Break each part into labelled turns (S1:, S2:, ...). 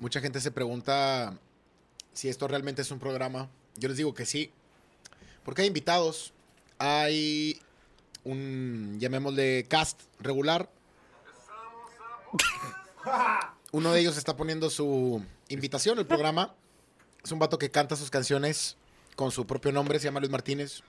S1: Mucha gente se pregunta si esto realmente es un programa. Yo les digo que sí, porque hay invitados, hay un, llamémosle, cast regular. Uno de ellos está poniendo su invitación, el programa. Es un vato que canta sus canciones con su propio nombre, se llama Luis Martínez.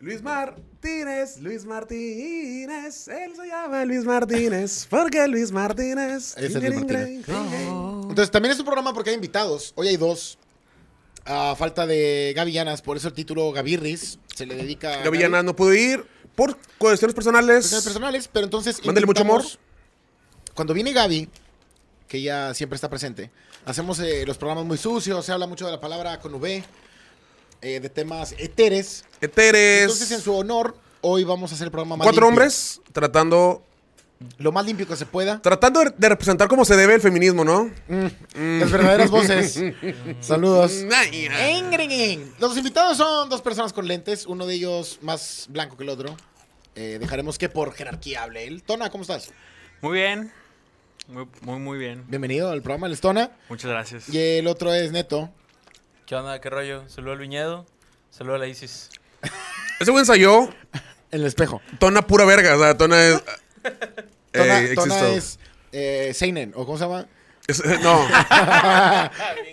S2: Luis Martínez, Luis Martínez, él se llama Luis Martínez, porque Luis Martínez
S1: Es el Luis Martínez.
S2: Oh.
S1: Entonces, también es un programa porque hay invitados. Hoy hay dos. A falta de Gavillanas, por eso el título Gavirris se le dedica a.
S2: Gavillanas no pudo ir por cuestiones personales.
S1: Cuestiones personales, pero entonces.
S2: Pues, Mándale mucho amor.
S1: invitamos- Cuando viene Gaby, que ella siempre está presente, hacemos eh, los programas muy sucios, se habla mucho de la palabra con V, eh, de temas etéreos.
S2: Eteres.
S1: Entonces, en su honor, hoy vamos a hacer el programa más
S2: cuatro
S1: limpio.
S2: hombres tratando
S1: Lo más limpio que se pueda.
S2: tratando de- de representar como se debe el feminismo, ¿no? Mm.
S1: Las verdaderas voces. Saludos.
S2: Ay, ay.
S1: Engringen. Los invitados son dos personas con lentes, uno de ellos más blanco que el otro. Eh, dejaremos que por jerarquía hable él. Tona, ¿cómo estás?
S3: Muy bien. Muy, muy, muy bien.
S1: Bienvenido al programa, el Tona.
S3: Muchas gracias.
S1: Y el otro es Neto.
S4: ¿Qué onda? ¿Qué rollo? Saludo al viñedo. Saludo a la Isis.
S2: Ese güey ensayó
S1: En el espejo.
S2: tona pura verga, o sea, tona es
S1: Tona,
S2: eh,
S1: Tona
S2: existo.
S1: es eh, Seinen, o ¿cómo se llama?
S2: Es- no,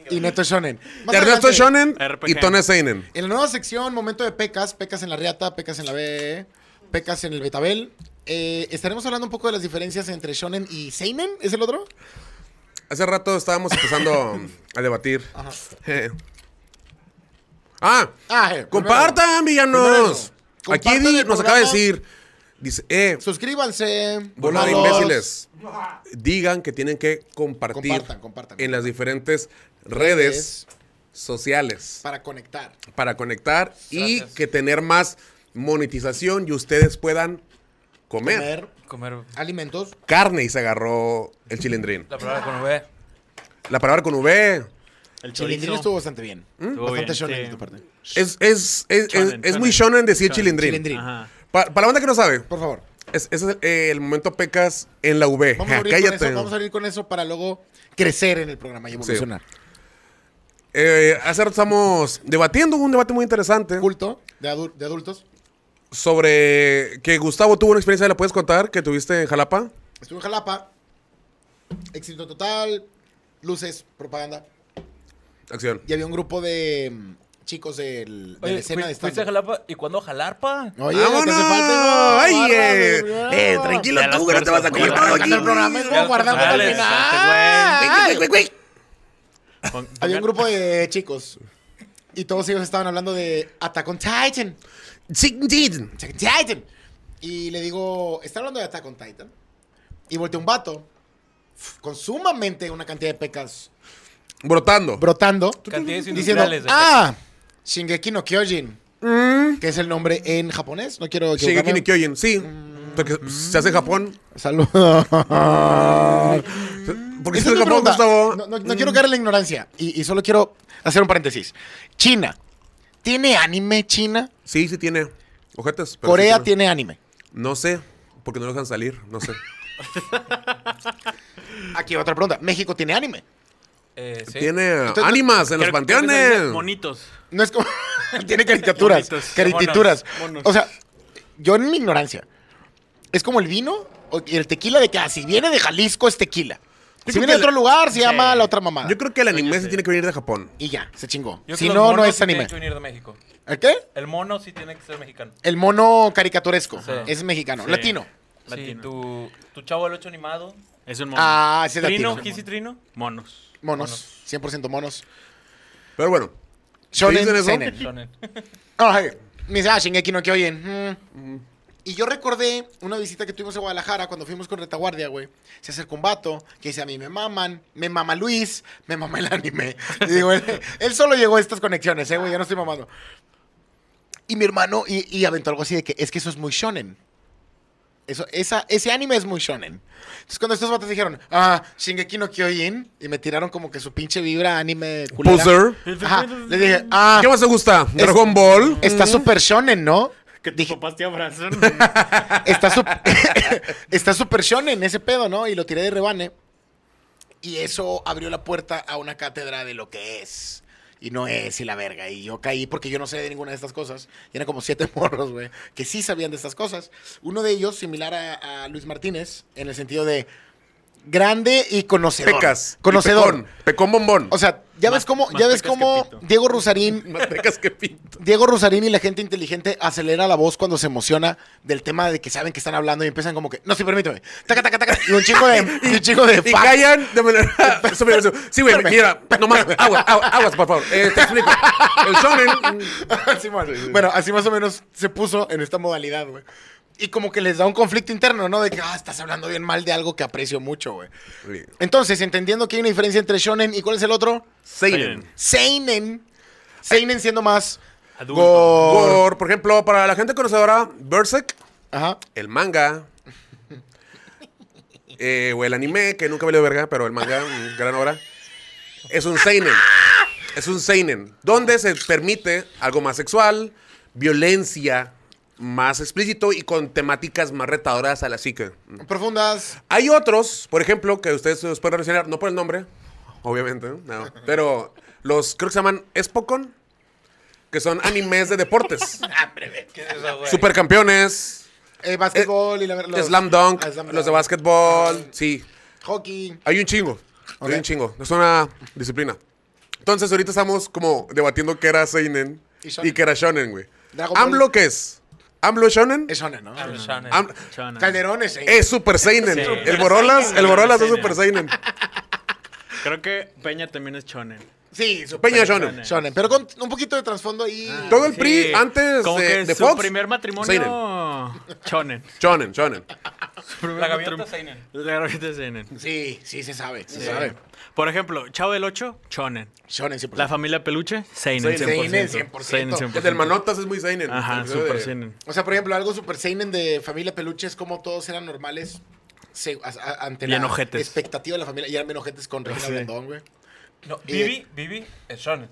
S1: Y Neto es Shonen. Más
S2: Ernesto
S1: adelante,
S2: es Shonen
S3: RPG.
S2: y Tona es Seinen.
S1: En la nueva sección, momento de pecas, pecas en la Riata, pecas en la BE, pecas en el Betabel. Eh, estaremos hablando un poco de las diferencias entre Shonen y Seinen, ¿es el otro?
S2: Hace rato estábamos empezando a debatir. Eh. Ah,
S1: Ah, eh,
S2: compartan, villanos.
S1: Primero.
S2: Aquí
S1: Compartan
S2: di-
S1: el
S2: nos acaba de
S1: programa.
S2: decir, dice, eh,
S1: Suscríbanse. por
S2: bola de
S1: favor.
S2: imbéciles, digan que tienen que compartir
S1: Compartan, compartan.
S2: en las diferentes redes
S1: Es
S2: sociales.
S1: para conectar.
S2: para conectar y
S4: Gracias.
S2: que tener más monetización y ustedes puedan comer.
S1: Comer
S4: Comer
S1: alimentos.
S2: Carne y se agarró el chilindrín.
S4: la palabra con V.
S2: La palabra con V
S3: El
S1: Chilindrín
S3: chorizo.
S1: estuvo bastante bien.
S3: Estuvo
S1: Bastante
S3: bien,
S1: shonen
S3: sí.
S1: de tu parte.
S2: es, es, es,
S3: Shonen,
S2: es- es muy
S3: shonen.
S2: shonen decir
S3: Shonen,
S2: chilindrín.
S1: chilindrín.
S3: Ajá.
S2: Pa- para la banda que no sabe,
S1: Por favor.
S2: es- ese es el, eh, el momento pecas en la V.
S1: Vamos a
S2: Ja,
S1: abrir con
S2: cállate.
S1: eso. Vamos a abrir con eso para luego crecer en el programa y evolucionar.
S2: Eh, hace rato estamos debatiendo un debate muy interesante
S1: Culto de, adu- de adultos.
S2: sobre que Gustavo tuvo una experiencia, ¿la puedes contar? Que tuviste en Jalapa.
S1: Estuve en Jalapa. Éxito total. Luces, propaganda.
S2: Acción.
S1: Y había un grupo de mm, chicos del, de la
S4: Oye,
S1: escena
S4: fui-
S1: de
S4: ¿fuiste a
S1: stand
S4: Jalapa? ¿Y cuándo a Jalarpa?
S1: Oye,
S2: ¡Vámonos!
S1: te hace falta,
S2: ¡Ay,
S1: Bárbaro,
S2: eh!
S1: bárbaro.
S2: ¡Eh, tranquilo
S3: Ya
S2: tú,
S3: las
S2: que no te vas a
S3: personas-
S2: comer
S3: ya
S2: todo
S3: las
S2: aquí!
S1: El programa es
S4: Ya
S1: como
S4: los
S1: guardamos al
S4: personales,
S1: final.
S2: Güey, güey, güey.
S3: Pon-
S1: Había
S3: pongan-
S1: un grupo de chicos. Y todos ellos estaban hablando de Attack on Titan.
S2: Sí, sí.
S1: Attack on Titan. Y le digo, ¿está hablando de Attack on Titan? Y volteó un vato con sumamente una cantidad de pecas
S2: Brotando.
S1: brotando.
S4: Cantidades
S1: Diciendo,
S4: industriales. de-
S1: ah, Shingeki no Kyojin. Que es el nombre en japonés. No quiero
S2: Shingeki
S1: equivocarme.
S2: ni Kyojin, sí.
S1: Mm.
S2: Porque se hace en Japón.
S1: Saludos.
S2: Porque
S1: Esa
S2: se
S1: es mi
S2: hace en Japón,
S1: pregunta.
S2: Gustavo.
S1: No, no- no quiero caer en la ignorancia. Y, y solo quiero hacer un paréntesis. China. ¿Tiene anime China?
S2: Sí, sí tiene. Ojetes. pero
S1: Corea
S2: sí
S1: tiene anime.
S2: No sé. Porque no lo dejan salir, no sé.
S1: Aquí otra pregunta. ¿México tiene anime?
S4: Eh, sí.
S2: Tiene
S1: Entonces,
S2: ánimas en los
S3: Creo- creo que se dice
S2: panteones.
S3: Monitos.
S1: No es como... tiene caricaturas.
S3: Monitos,
S1: caricaturas.
S3: monos, monos.
S1: O sea, yo en mi ignorancia. Es como el vino o- y el tequila de que ah, si viene de Jalisco es tequila.
S2: Yo
S1: si
S2: creo
S1: viene de
S2: que
S1: otro lugar se
S3: Sí.
S1: llama la otra mamada.
S2: Yo creo que el anime se tiene que venir de Japón.
S1: Y ya, se chingó.
S4: Yo creo
S1: si
S4: que los
S1: no, no
S4: monos
S1: es
S4: sí
S1: anime.
S4: Tienen que venir de México.
S1: ¿El qué?
S4: El mono sí tiene que ser mexicano.
S1: El mono caricaturesco.
S4: Sí.
S1: Es mexicano.
S3: Sí.
S1: Latino.
S4: Sí,
S3: Latino.
S4: tu, tu chavo del 8 animado.
S3: Es un mono.
S1: Ah, ese es
S4: Trino,
S1: latino.
S4: Giz y Trino.
S3: Monos.
S1: Monos. 100% monos.
S2: Pero bueno. dicen
S1: Shonen,
S2: eso?
S1: seinen.
S4: Shonen.
S1: Ay, me dice, ah, Shingeki no Kyojin. Mm. Y yo recordé una visita que tuvimos a Guadalajara cuando fuimos con Retaguardia, güey. Se acercó un vato que dice, a mí me maman, me mama Luis, me mama el anime. Y digo, él, él solo llegó a estas conexiones, eh, güey, yo no estoy mamando. Y mi hermano, y, y aventó algo así de que, es que eso es muy shonen. Eso, esa, ese anime es muy shonen. Entonces cuando estos vatos dijeron, ah, Shingeki no Kyojin, y me tiraron como que su pinche vibra anime culera.
S2: Poser.
S1: Ajá, le dije, ah,
S2: ¿Qué más te gusta?
S1: Es-
S2: Dragon Ball. Mm.
S1: Está super shonen, ¿no?
S3: Que tus
S1: Dije,
S3: papás te abrazan.
S1: está, sup- está super shonen ese pedo, ¿no? Y lo tiré de rebane. Y eso abrió la puerta a una cátedra de lo que es. Y no es, y la verga. Y yo caí porque yo no sé de ninguna de estas cosas. Y eran como siete morros, güey, que sí sabían de estas cosas. Uno de ellos, similar a, a Luis Martínez, en el sentido de grande y conocedor.
S2: Pecas. y
S1: Conocedor.
S2: Pecón, pecón bombón.
S1: O sea, ya
S3: Más-
S1: ves cómo,
S3: más
S1: ya ves
S3: pecas
S1: cómo
S3: que pito.
S1: Diego Rusarín
S2: Más pecas que pinto.
S1: Diego Rosarín y la gente inteligente acelera la voz cuando se emociona del tema de que saben que están hablando y empiezan como que, no, sí, permíteme. Taca, taca, taca. Y un chico de. y un chico de.
S2: Y
S1: fa-
S2: callan de manera. sobre- sobre- sí, güey,
S1: Espérame.
S2: mira, nomás, aguas, aguas, aguas, por favor. Eh, te explico. El shonen.
S1: Así más- bueno, así más o menos se puso en esta modalidad, güey. Y como que les da un conflicto interno, ¿no? De que, ah, estás hablando bien mal de algo que aprecio mucho, güey. Entonces, entendiendo que hay una diferencia entre Shonen y cuál es el otro,
S2: Seinen.
S1: Seinen. Seinen siendo más.
S3: Adulto.
S1: gore.
S2: Por, por ejemplo, para la gente conocedora, Berserk,
S1: Ajá.
S2: el manga. eh, o el anime, que nunca valió verga, pero el manga, mm, gran obra. Es un Seinen. Es un Seinen. Donde se permite algo más sexual, violencia más explícito y con temáticas más retadoras a la psique.
S1: Profundas.
S2: Hay otros, por ejemplo, que ustedes los pueden relacionar, no por el nombre, obviamente, no, pero los creo que se llaman Espocon, que son animes de deportes.
S4: Ah, ¿Qué es eso, güey?
S2: Supercampeones,
S1: Eh, básquetbol y la verdad.
S2: Slam Dunk, los de básquetbol, sí.
S1: Hockey.
S2: Hay un chingo,
S1: Ah, Ok.
S2: hay un chingo, es una disciplina. Entonces ahorita estamos como debatiendo qué era Seinen
S1: Y
S2: y,
S1: shonen.
S2: qué era Shonen, güey.
S1: Dragon Ball.
S2: ¿AMLO qué es? ¿AMLO es Shonen?
S1: Es Shonen, ¿no?
S4: Hablo shonen.
S2: Am-
S3: Chona.
S1: Calderón es Seinen.
S2: es Super Seinen.
S3: Sí.
S2: El Borolas, el Borolas es
S3: Seinen.
S2: Super Seinen.
S3: Creo que Peña también es Chonen.
S1: Sí, su
S2: Peña
S1: Shonen.
S2: Shonen. Ah.
S1: Shonen, pero con un poquito de trasfondo ahí.
S2: Todo el PRI antes
S3: Como
S2: de,
S3: que
S2: de
S3: su
S2: Fox.
S3: primer matrimonio.
S2: Seinen.
S3: Chonen.
S2: Shonen, shonen.
S3: Su primer
S4: La gaviota
S3: matrim-
S4: Seinen.
S3: La gaviota Seinen.
S1: Sí, sí, se sabe, se
S3: Sí.
S1: sabe.
S3: Por ejemplo, Chavo del 8, Chonen.
S1: Shonen 100%.
S3: La familia Peluche, Seinen.
S1: Seinen,
S3: 100%.
S1: 100%.
S2: El del Manotas es muy seinen. eh,
S3: Ajá,
S2: El episodio
S3: super
S2: de-
S3: Seinen.
S1: O sea, por ejemplo, algo super seinen de familia peluche es como todos eran normales se- a- a- ante
S3: Bien
S1: la
S3: ojetes.
S1: expectativa de la familia. Y eran bien ojetes con Regina
S3: Sí.
S1: Blandón, güey.
S4: No, Vivi, Vivi es shonen.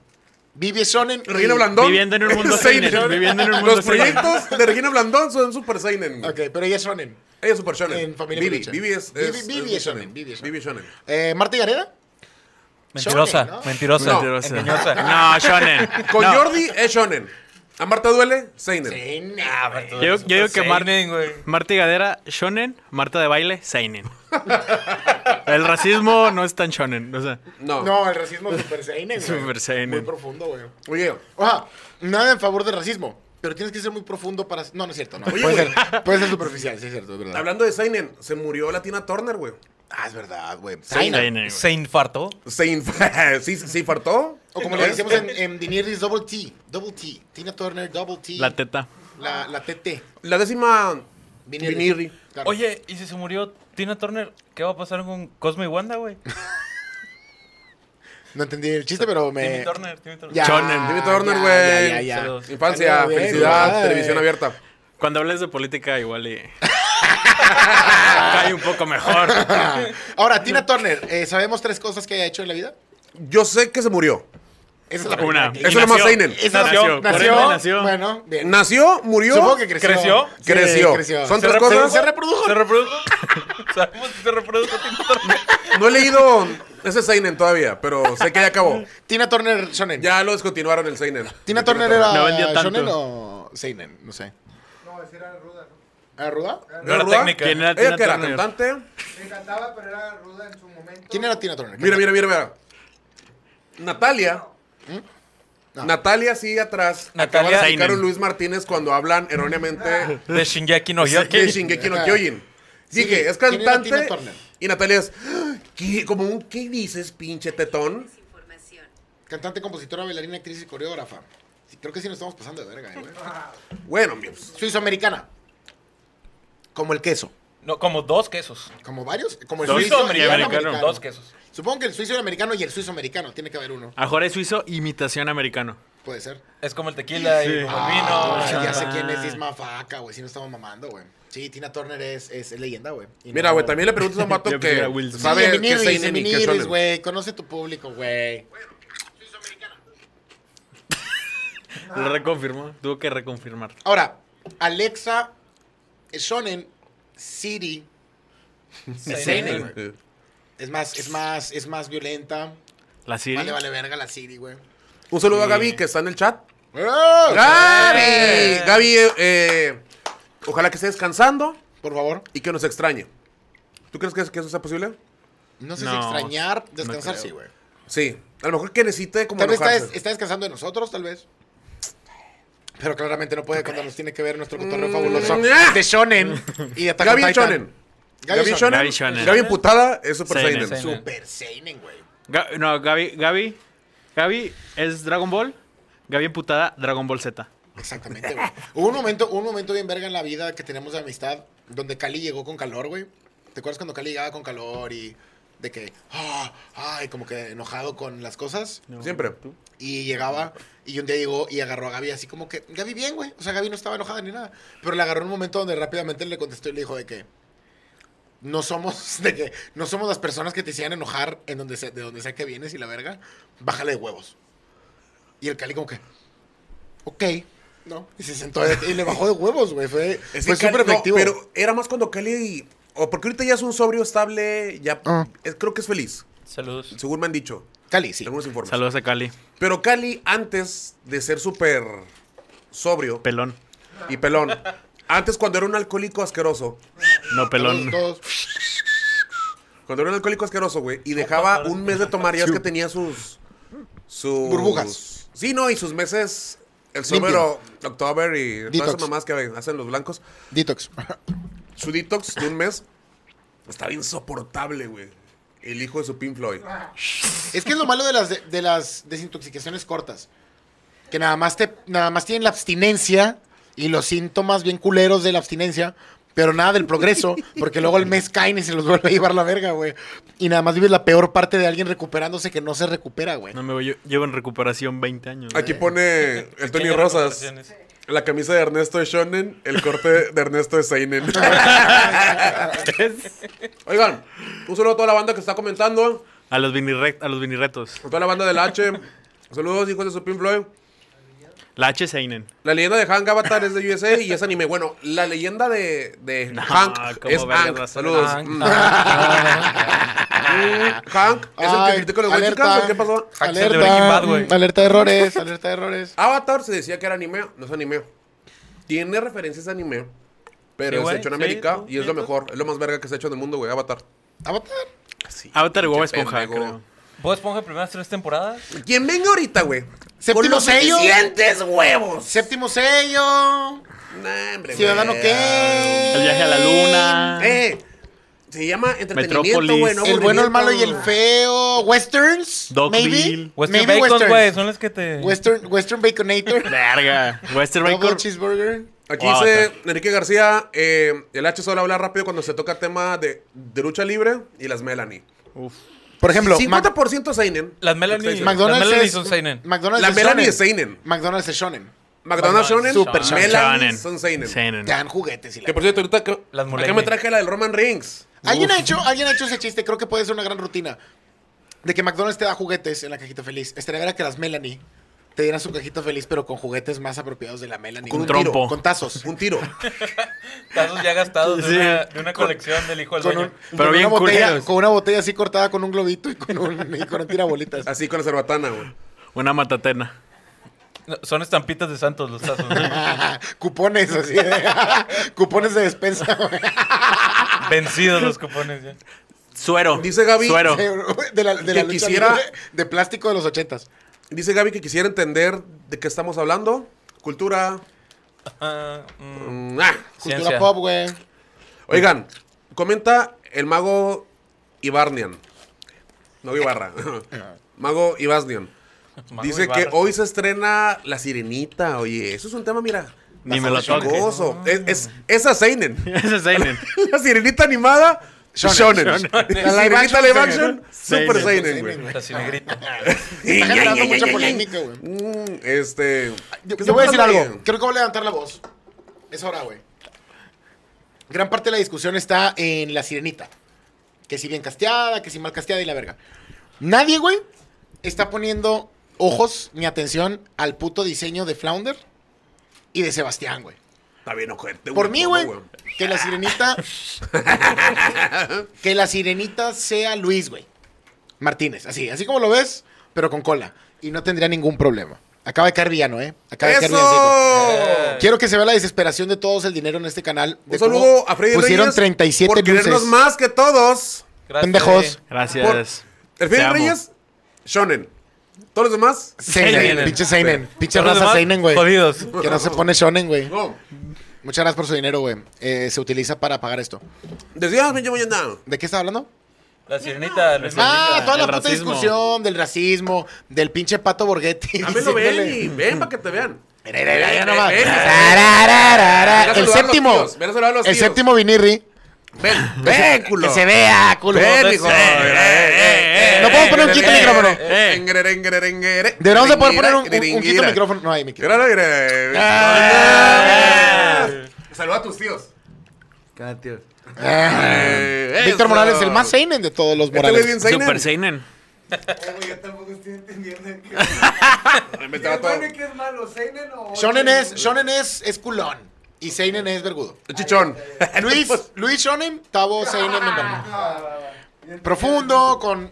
S1: Vivi es Shonen. y-
S2: Regina Blandón.
S3: Viviendo en un mundo
S2: es seinen.
S3: seinen, viviendo en un mundo
S2: Los
S3: seinen.
S2: proyectos de Regina Blandón son super seinen. güey.
S1: Ok, pero ella es Shonen.
S2: Ella es super shonen.
S1: En Familia
S2: Vivi,
S1: Peluche.
S2: Vivi es,
S1: Vivi-
S2: es-
S1: Vivi
S2: es
S1: es
S2: muy
S1: shonen,
S2: shonen.
S1: Vivi es
S2: Vivi es shonen.
S1: Eh, Marta y Gareda.
S4: Mentirosa,
S1: Shonen, ¿no?
S4: mentirosa,
S2: No.
S4: engañosa.
S3: No, Shonen.
S2: Con
S3: No.
S2: Jordi es shonen. A Marta duele, seinen.
S1: Seinen.
S4: Ah,
S1: güey.
S4: pero tú
S3: Yo-
S4: eres
S3: yo digo
S4: super
S3: que Mar-
S4: seinen, güey.
S3: Marta y Gadera, Shonen. Marta de baile, Seinen. El racismo no es tan Shonen. O sea,
S2: No.
S1: No, el racismo es super seinen, güey.
S3: Super seinen.
S1: Muy profundo, güey.
S2: Oye,
S1: Oja, nada en favor del racismo. Pero tienes que ser muy profundo para. No, no es cierto, no.
S2: Oye,
S1: puede,
S2: güey.
S1: ser, puede ser superficial, sí es cierto, es verdad.
S2: hablando de seinen, se murió la Tina Turner, güey.
S1: Ah, es verdad, güey.
S3: Seinen.
S1: Zaina.
S3: güey.
S4: Se infartó.
S2: Se, inf- sí, se infartó.
S1: O como le decimos en, en Diniris, Double T. Double T. Tina Turner, Double T.
S3: La teta.
S1: La, la TT.
S2: La décima
S1: Vinirri.
S2: Vinirri.
S1: Claro.
S4: Oye, ¿y si se murió Tina Turner? ¿Qué va a pasar con Cosmo y Wanda, güey?
S1: No entendí el chiste, pero
S4: Timmy
S1: me.
S4: Turner, Timmy Turner.
S1: Ya,
S3: Shonen.
S2: Timmy Turner,
S1: ya, Ya,
S2: güey.
S1: ya, ya.
S4: Saludos.
S2: Infancia,
S1: Saludos,
S2: felicidad,
S1: güey.
S2: televisión abierta.
S3: Cuando hables de política, igual y. cae un poco mejor.
S1: Ahora, Tina Turner, eh, ¿sabemos tres cosas que haya hecho en la vida?
S2: Yo sé que se murió.
S1: Esa es la
S3: Una.
S1: primera que-
S2: Eso es lo más seinen.
S1: Esa es la-
S3: Nació, por
S1: Nació.
S3: ende, nació.
S1: Bueno, bien.
S2: Nació, murió.
S1: Supongo que creció.
S4: ¿Creció?
S1: Sí,
S2: Creció. Son
S1: Se
S2: tres
S1: re-
S2: cosas.
S1: Se reprodujo.
S4: ¿Se reprodujo? Sabemos si se reprodujo Tina Turner.
S2: No he leído ese Seinen todavía, pero sé que ya acabó.
S1: Tina Turner, Shonen.
S2: Ya lo descontinuaron el Seinen.
S1: ¿Tina Turner era
S3: No vendía tanto.
S1: Shonen o Seinen? No sé.
S5: No, ese era ruda, ¿no?
S1: ¿Era ruda?
S4: No era
S2: ¿Ruda?
S4: técnica.
S3: ¿Quién era
S2: Ella
S3: Tina
S2: que era
S3: Turner?
S2: cantante.
S5: Me encantaba, pero era ruda en su momento.
S1: ¿Quién era Tina Turner?
S2: Mira, mira, mira, mira. Natalia.
S1: ¿Mm? No.
S2: Natalia sigue atrás.
S4: Natalia
S2: Acaba de sacar
S3: Seinen.
S2: un Luis Martínez cuando hablan erróneamente
S4: De Shingeki no
S2: de
S4: Hyoki.
S2: Shingeki no
S1: Ah. Ajá.
S2: Kyojin.
S1: Sí,
S2: Dije, es
S1: ¿quién era Tina
S2: cantante.
S1: Turner?
S2: Y Natalia es. "Ah, ¿Qué? Como un, ¿qué dices, pinche tetón?
S6: Información.
S1: Cantante, compositora, bailarina, actriz y coreógrafa. Sí, creo que sí nos estamos pasando de verga, eh, güey.
S2: Bueno, pues,
S1: Suizoamericana. Como el queso.
S4: No, como dos quesos.
S1: Como varios. Como el
S3: Dos
S1: suizo y el
S3: americanos.
S1: Pues americano.
S4: Dos quesos.
S1: Supongo que el suizo y el americano y el suizo americano. Tiene que haber uno.
S3: Ahora es suizo, imitación americano.
S1: Puede ser.
S4: Es como el tequila y como el vino.
S1: Ah,
S4: Ah.
S1: ya sé quién es Isma Faca, güey. Si no estamos mamando, güey. Sí, Tina Turner es, es leyenda, güey. Y
S2: Mira,
S1: no-
S2: güey, también le preguntas a un vato
S3: Yo pensé que era
S2: que
S3: Will Smith.
S1: Sabe
S2: sabe
S1: sí,
S2: que
S1: Eminiris,
S2: Seinen y que
S1: Eminiris,
S2: Shonen.
S1: güey. Conoce tu público, güey.
S2: Ah.
S3: Lo reconfirmó. Tuvo que reconfirmar.
S1: Ahora, Alexa, eh, Shonen, Siri,
S4: Seinen.
S1: Seinen, güey.
S2: Eh,
S1: Es más, es más, es más violenta.
S3: La Siri.
S1: Vale, vale, verga la Siri, güey.
S2: Un saludo a Gaby que está en el chat.
S1: ¡Gaby!
S2: ¡Gaby! Gaby, eh, eh, ojalá que esté descansando
S1: Por favor.
S2: y que nos extrañe. ¿Tú crees que, que eso sea posible?
S1: No sé si
S3: No,
S1: extrañar,
S3: no
S1: descansar,
S3: creo.
S1: sí, güey.
S2: Sí. A lo mejor que necesite como
S1: Tal vez está,
S2: enojarse.
S1: des- está descansando de nosotros, tal vez. Pero claramente no puede cuando nos tiene que ver nuestro cotorreo fabuloso
S2: ah.
S1: de Shonen y de Attack on
S2: Gaby
S1: Titan.
S2: Shonen.
S1: Gaby
S2: Gaby
S1: Shonen.
S2: Shonen.
S3: Gaby Shonen.
S2: Gaby Putada es Super
S3: Seinen.
S2: Saiyan.
S4: Seinen.
S1: Super Seinen, güey.
S3: Ga- no, Gaby, Gaby. Gaby es Dragon Ball. Gaby emputada, Dragon Ball Z.
S1: Exactamente, güey. Hubo un momento, un momento bien verga en la vida que tenemos de amistad donde Cali llegó con calor, güey. ¿Te acuerdas cuando Cali llegaba con calor y de que, ah, ay, como que enojado con las cosas?
S2: Siempre.
S1: Y llegaba, y un día llegó y agarró a Gaby así como que, Gaby bien, güey. O sea, Gaby no estaba enojada ni nada. Pero le agarró en un momento donde rápidamente le contestó y le dijo de que no somos, de que no somos las personas que te hicieran enojar en donde sea- de donde sea que vienes y la verga. Bájale de huevos. Y el Cali como que, ok. No, y se sentó de- y le bajó de huevos, güey. Fue,
S2: Es
S1: fue
S2: que Cali-
S1: súper
S2: no,
S1: efectivo.
S2: pero era más cuando Cali. O porque ahorita ya es un sobrio estable. Ya
S1: Ah.
S2: es- creo que es feliz.
S4: Saludos.
S2: Según me han dicho.
S1: Cali, sí.
S2: Algunos informes.
S3: Saludos a Cali.
S2: Pero Cali, antes de ser súper sobrio
S3: Pelón.
S2: y pelón, antes cuando era un alcohólico asqueroso,
S3: No, pelón.
S1: Todos, todos.
S2: cuando era un alcohólico asqueroso, güey, y dejaba un mes de tomar, ya es que tenía sus, sus.
S1: Burbujas.
S2: Sí, no, y sus meses. El
S1: Limpio.
S2: summer o- October y todas esas
S1: Detox.
S2: mamás que hacen los blancos.
S1: Detox.
S2: Su detox de un mes estaba insoportable, güey. El hijo de su Pink Floyd.
S1: Es que es lo malo de las, de, las desintoxicaciones cortas. Que nada más, te, nada más tienen la abstinencia y los síntomas bien culeros de la abstinencia, pero nada del progreso, porque luego el mes caen y se los vuelve a llevar la verga, güey. Y nada más vives la peor parte de alguien recuperándose que no se recupera, güey.
S3: No me voy. yo- Llevo en recuperación 20 años. güey.
S2: Aquí pone el Tony
S4: Pequeñas
S2: Rosas.
S4: recomendaciones.
S2: La camisa de Ernesto de Shonen, el corte de Ernesto de Seinen. Oigan, un saludo a toda la banda que está comentando,
S3: A los vinirre- a los vinirretos.
S2: a toda la banda del H. Saludos, hijos de su Pink Floyd.
S3: La H Seinen.
S2: La leyenda de Hank Avatar es de USA y es anime. Bueno, la leyenda de, de
S3: No,
S2: Hank
S3: ¿cómo
S2: es
S3: vergas
S2: Hank.
S3: va a ser
S2: Saludos.
S4: Hank?
S2: Mm.
S4: Ah,
S2: Mm, Hank es el que
S1: Ay,
S2: critica a los güeyes chicas, ¿o ¿Qué pasó?
S4: Hacksaw de Breaking
S1: Alerta,
S4: Bad, güey.
S1: mm, alerta de errores, alerta de errores.
S2: Avatar se decía que era anime, no es anime. Tiene referencias a anime,
S4: Sí,
S2: pero es
S4: güey,
S2: hecho en
S4: sí,
S2: América
S4: tú,
S2: y es
S4: sí,
S2: lo
S4: tú.
S2: mejor, es lo más verga que se ha hecho en el mundo, güey, Avatar.
S1: Avatar.
S3: Avatar y Bob
S2: pinche
S3: Esponja,
S2: pendejo.
S3: creo.
S4: ¿Vos Esponja primeras tres temporadas?
S2: ¿Quién venga ahorita, güey?
S1: Séptimo sello.
S2: suficientes huevos.
S1: Séptimo sello.
S2: Nah, hombre,
S1: Ciudadano
S2: güey.
S1: qué.
S3: El viaje a la luna.
S2: Eh, se llama entretenimiento,
S3: Metrópolis.
S2: güey. no
S1: El bueno, el malo y el
S2: aburrimiento.
S1: feo. Westerns.
S3: Dogville.
S1: maybe.
S4: Western
S1: Maybe
S4: Bacon,
S1: westerns.
S4: güey. Son las que te.
S1: Western, Western Baconator.
S3: Verga. Western
S1: Double
S3: Record.
S1: cheeseburger.
S2: Aquí
S3: Wow,
S2: dice Enrique García, eh, el H solo habla rápido cuando se toca tema de, de lucha libre y las Melanie.
S3: Uf.
S1: Por ejemplo, Mac-
S2: 50% Seinen.
S4: Las Melanie.
S2: Mac-
S1: McDonald's
S4: Las Melanie
S1: es-
S4: son seinen. Mm.
S1: McDonald's
S2: La
S1: es
S2: Melanie es
S1: shonen.
S2: Seinen.
S1: McDonald's es shonen.
S2: McDonald's Shonen,
S1: Super
S2: Melanie son Seinen.
S1: Te dan juguetes y la...
S2: Que por cierto, ahorita que,
S4: Las
S2: acá
S4: Muleime.
S2: me traje la del Roman Reigns.
S1: ¿Alguien,
S2: Uf.
S1: ha hecho, Alguien ha hecho ese chiste. Creo que puede ser una gran rutina. De que McDonald's te da juguetes en la cajita feliz. Estaría verga que las Melanie te dieran su cajita feliz, pero con juguetes más apropiados de la Melanie.
S2: Con un
S1: güey.
S3: trompo.
S1: Con tazos.
S2: Un tiro.
S4: Tazos ya gastados de,
S3: Sí.
S4: una, de una colección del hijo del
S1: Con,
S4: dueño.
S1: un-
S3: Pero
S1: con
S3: bien
S1: una botella,
S3: culeros.
S1: con una botella así cortada con un globito y con un, y con un tirabolitas.
S2: Así con la cerbatana, güey.
S3: Una matatena.
S4: No, son estampitas de Santos los tazos. ¿no?
S1: Ah, cupones, así de, cupones de despensa, güey.
S4: Vencidos los cupones ya.
S3: Suero.
S2: Dice Gaby-
S3: Suero.
S1: De la, de la
S2: Que
S1: lucha
S2: quisiera-
S1: libre de plástico de los ochentas.
S2: Dice Gaby que quisiera entender de qué estamos hablando. Cultura.
S4: Ah, mm,
S2: mm, ah.
S1: Cultura
S4: Ciencia.
S1: pop, güey.
S2: Oigan, comenta el mago Ibarnian. No Ibarra. mago Ibasnian.
S4: Mago
S2: Dice
S4: Ibarra.
S2: que hoy se estrena La Sirenita. Oye, eso es un tema, mira.
S3: Ni me lo
S2: bastante
S3: toques.
S2: jugoso.
S1: Ah.
S2: Es, es, es a Seinen.
S3: Ese es Seinen.
S2: La sirenita animada. Shonen. La sirenita live action.
S3: Seinen.
S2: Super Seinen,
S1: Seinen,
S2: güey.
S1: güey.
S4: La cinegrita.
S1: Está generando mucha polémica, güey.
S2: Mm, Este.
S1: Yo,
S2: ¿qué
S1: yo voy a decir
S2: estamos hablando
S1: algo. Creo que voy a levantar la voz. Es hora, güey. Gran parte de la discusión está en la sirenita. Que si bien casteada, que si mal casteada y la verga. Nadie, güey, está poniendo ojos ni atención al puto diseño de Flounder y de Sebastián, güey.
S2: Está bien, ojete,
S1: Por mí, güey,
S2: todo,
S1: que la sirenita. que la sirenita sea Luis, güey. Martínez, así, así como lo ves, pero con cola. Y no tendría ningún problema. Acaba de caer villano, ¿eh? Acaba de caer villancico.
S4: Eh,
S2: ¡Eso!
S1: Quiero que se vea la desesperación de todos el dinero en este canal. de
S2: Un saludo
S1: cómo
S2: a Freddy
S1: Pusieron
S2: Reyes
S1: 37
S2: por
S1: luces.
S2: querernos más que todos.
S4: Gracias. eh.
S1: Pendejos.
S3: Gracias.
S2: El
S3: Te
S2: Freddy
S3: amo.
S2: Reyes, Shonen. Todos los demás,
S1: Seinen,
S4: Seinen.
S1: pinche Seinen. Pinche
S4: Todos los
S1: raza
S4: demás,
S1: Seinen, güey.
S4: Jodidos.
S1: Que no se pone shonen, güey.
S2: no.
S1: Muchas gracias por su dinero, güey. Eh, se utiliza para pagar esto.
S2: Decías, me llamo nada.
S1: ¿De qué estaba hablando?
S4: La sirenita, la sirenita.
S1: Ah, toda la
S3: del
S1: puta
S3: racismo.
S1: discusión del racismo, del pinche pato Borghetti.
S2: Dámelo, ven
S1: diciéndole-
S2: y "Mm, ven para que te vean.
S1: Mira, mira, mira, ya nomás.
S2: Ven, ven.
S1: Tarararara.
S2: Ven a
S1: El
S2: saludar a los
S1: séptimo.
S2: tíos, ven a saludar a los
S1: El
S2: tíos.
S1: séptimo vinirri.
S2: Ven, ven, culo.
S1: Que se vea, culo.
S2: Ven, hijo.
S4: Eh, eh,
S1: eh, No puedo poner un quinto micrófono.
S2: Eh, engere, engere, engere.
S1: Deberíamos de poder poner un, un- un
S2: Engere,
S1: quinto
S2: engere.
S1: micrófono. No hay micrófono.
S2: Engere, engere.
S1: Ah.
S2: Saluda a tus tíos. Cada tío. Eh,
S1: Ah. Víctor
S2: eso.
S1: Morales, el más seinen de todos los
S2: Este güey es
S1: Morales.
S2: bien
S3: Super
S2: seinen.
S3: Seinen.
S5: Oye, yo tampoco estoy entendiendo qué
S2: Me
S5: ¿Qué
S2: estaba
S5: es
S2: todo-
S5: bueno y qué es malo? ¿Seinen o.?
S1: Shonen es, shonen es, es culón. Y Seinen es vergudo.
S2: Chichón.
S1: Luis,
S2: pues-
S1: Luis Shonen, Tavo Seinen. me mama. Profundo, con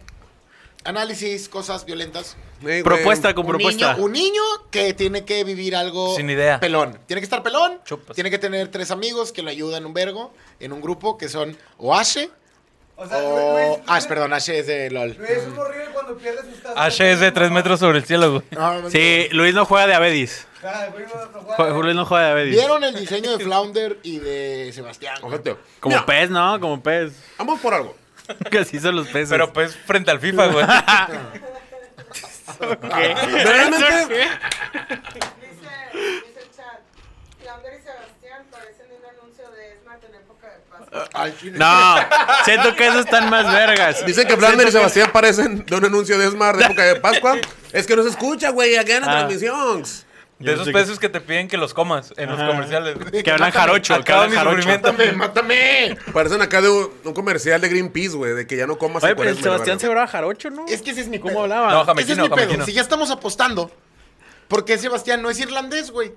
S1: análisis, cosas violentas.
S2: Eh, güey.
S3: Propuesta con
S1: un
S3: propuesta.
S1: Niño, un niño que tiene que vivir algo.
S4: Sin idea.
S1: Pelón. Tiene que estar pelón.
S4: Chupas.
S1: Tiene que tener tres amigos que lo ayudan un vergo en un grupo que son o Ashe
S5: O sea,
S1: o.
S5: Luis-
S1: Ash, perdón, Ashe es de LOL.
S5: Luis es un horrible cuando pierde sus tazas.
S4: H Ah, es de 3 metros sobre el cielo, güey.
S1: No, no, no.
S3: Sí, Luis no juega de Avedis.
S5: Ah, güey, no, no
S3: Jo-
S5: juega.
S3: Luis no juega de Avedis.
S1: ¿Vieron el diseño de Flounder y de Sebastián? güey?
S2: Ojete.
S3: Como
S2: Mira,
S3: pez, ¿no? Como pez.
S2: Vamos por algo.
S3: Que así son los peces.
S4: Pero pues frente al FIFA, güey.
S2: Realmente,
S6: Dice, dice el chat, Flounder y Sebastián parecen de un anuncio de Smart en época de Pascua.
S1: Al chile.
S3: No, siento que esos están más vergas.
S2: dicen que Flander y Sebastián parecen de un anuncio de Smart de época de Pascua. Es que no se escucha, güey, acá en la
S3: Ah.
S2: transmisión.
S4: De esos peces que te piden que los comas en los comerciales.
S3: que hablan jarocho, que
S4: Acaba
S3: hablan
S4: mi
S3: jarocho.
S4: sufrimiento.
S1: ¡Mátame, mátame!
S2: Parecen acá de un, un comercial de Greenpeace, güey, de que ya no comas en
S3: Oye, pero el
S2: cuaresma,
S3: Sebastián
S2: la
S3: se
S2: verga.
S3: habrá jarocho, ¿no?
S1: Es que ese es mi
S3: ¿Cómo
S1: pedo.
S3: hablaba?
S4: No,
S1: Ese es
S4: jamequino,
S1: mi pedo.
S4: jamequino.
S1: Si ya estamos apostando, ¿por qué Sebastián no es irlandés, güey?